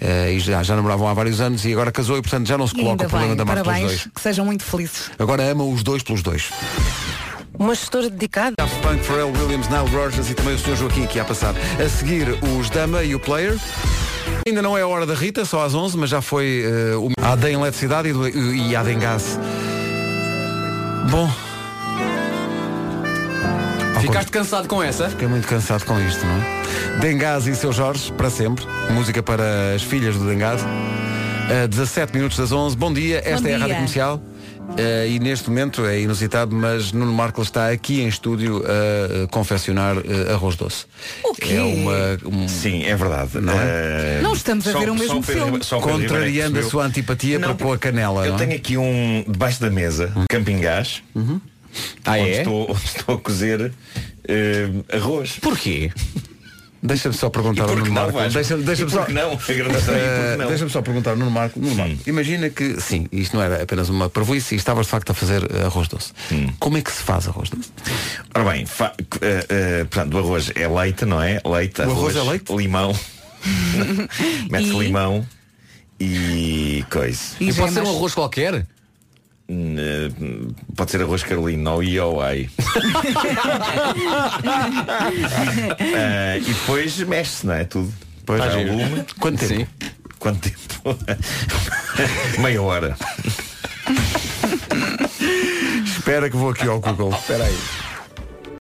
Eh, e já, já namoravam há vários anos e agora casou e, portanto, já não se E coloca ainda o problema bem, de Amar pelos parabéns, Dois. que sejam muito felizes. Agora ama os dois pelos dois. Um Uma gestora dedicada. Daft Punk, Pharrell Williams, Nile Rogers e também o Sr. Joaquim que ia passar. A seguir, os Dama e o Player. Ainda não é a hora da Rita, só às 11, mas já foi eh, o... a AD em eletricidade e, do- e, e a AD em gás. Bom. Ficaste cansado com essa? Fiquei muito cansado com isto, não é? Dengás e seu Jorge, para sempre. Música para as filhas do Dengás. A 17 minutos das 11. Bom dia, esta é a dia. Rádio Comercial. Eh, e neste momento é inusitado, mas Nuno Marco está aqui em estúdio a eh, confeccionar eh, arroz doce. O quê? É uma, Sim, é verdade. Não, é? Não estamos a ver o mesmo filme. Contrariando a sua antipatia para com a canela. não Eu é? Hum. tenho aqui um debaixo da mesa, camping gás, onde, é? estou, onde estou a cozer eh, arroz. Porquê? Deixa-me só perguntar E ao por que Nuno não, Marco. Vasco? Deixa-me deixa E por só... que não? Agradeço aí, por que não? Eh, Deixa-me só perguntar ao Nuno Marco. Nuno Marco, imagina que, sim, isto não era apenas uma prejuízo e estavas de facto a fazer eh, arroz doce. Como é que se faz arroz doce? Ora bem, fa- eh, eh, portanto, o arroz é leite, não é? Leite, O arroz é leite? limão. Mete E- limão e coisa. Eh, E E pode ser gemas. um arroz qualquer? Pode ser arroz carolino ou IOI. Ah, e depois mexe-se, não é? Tudo. Depois Ah, dá giro. lume. Quanto tempo? Quanto tempo? Meia hora. Espera que vou aqui ao Google. Espera aí.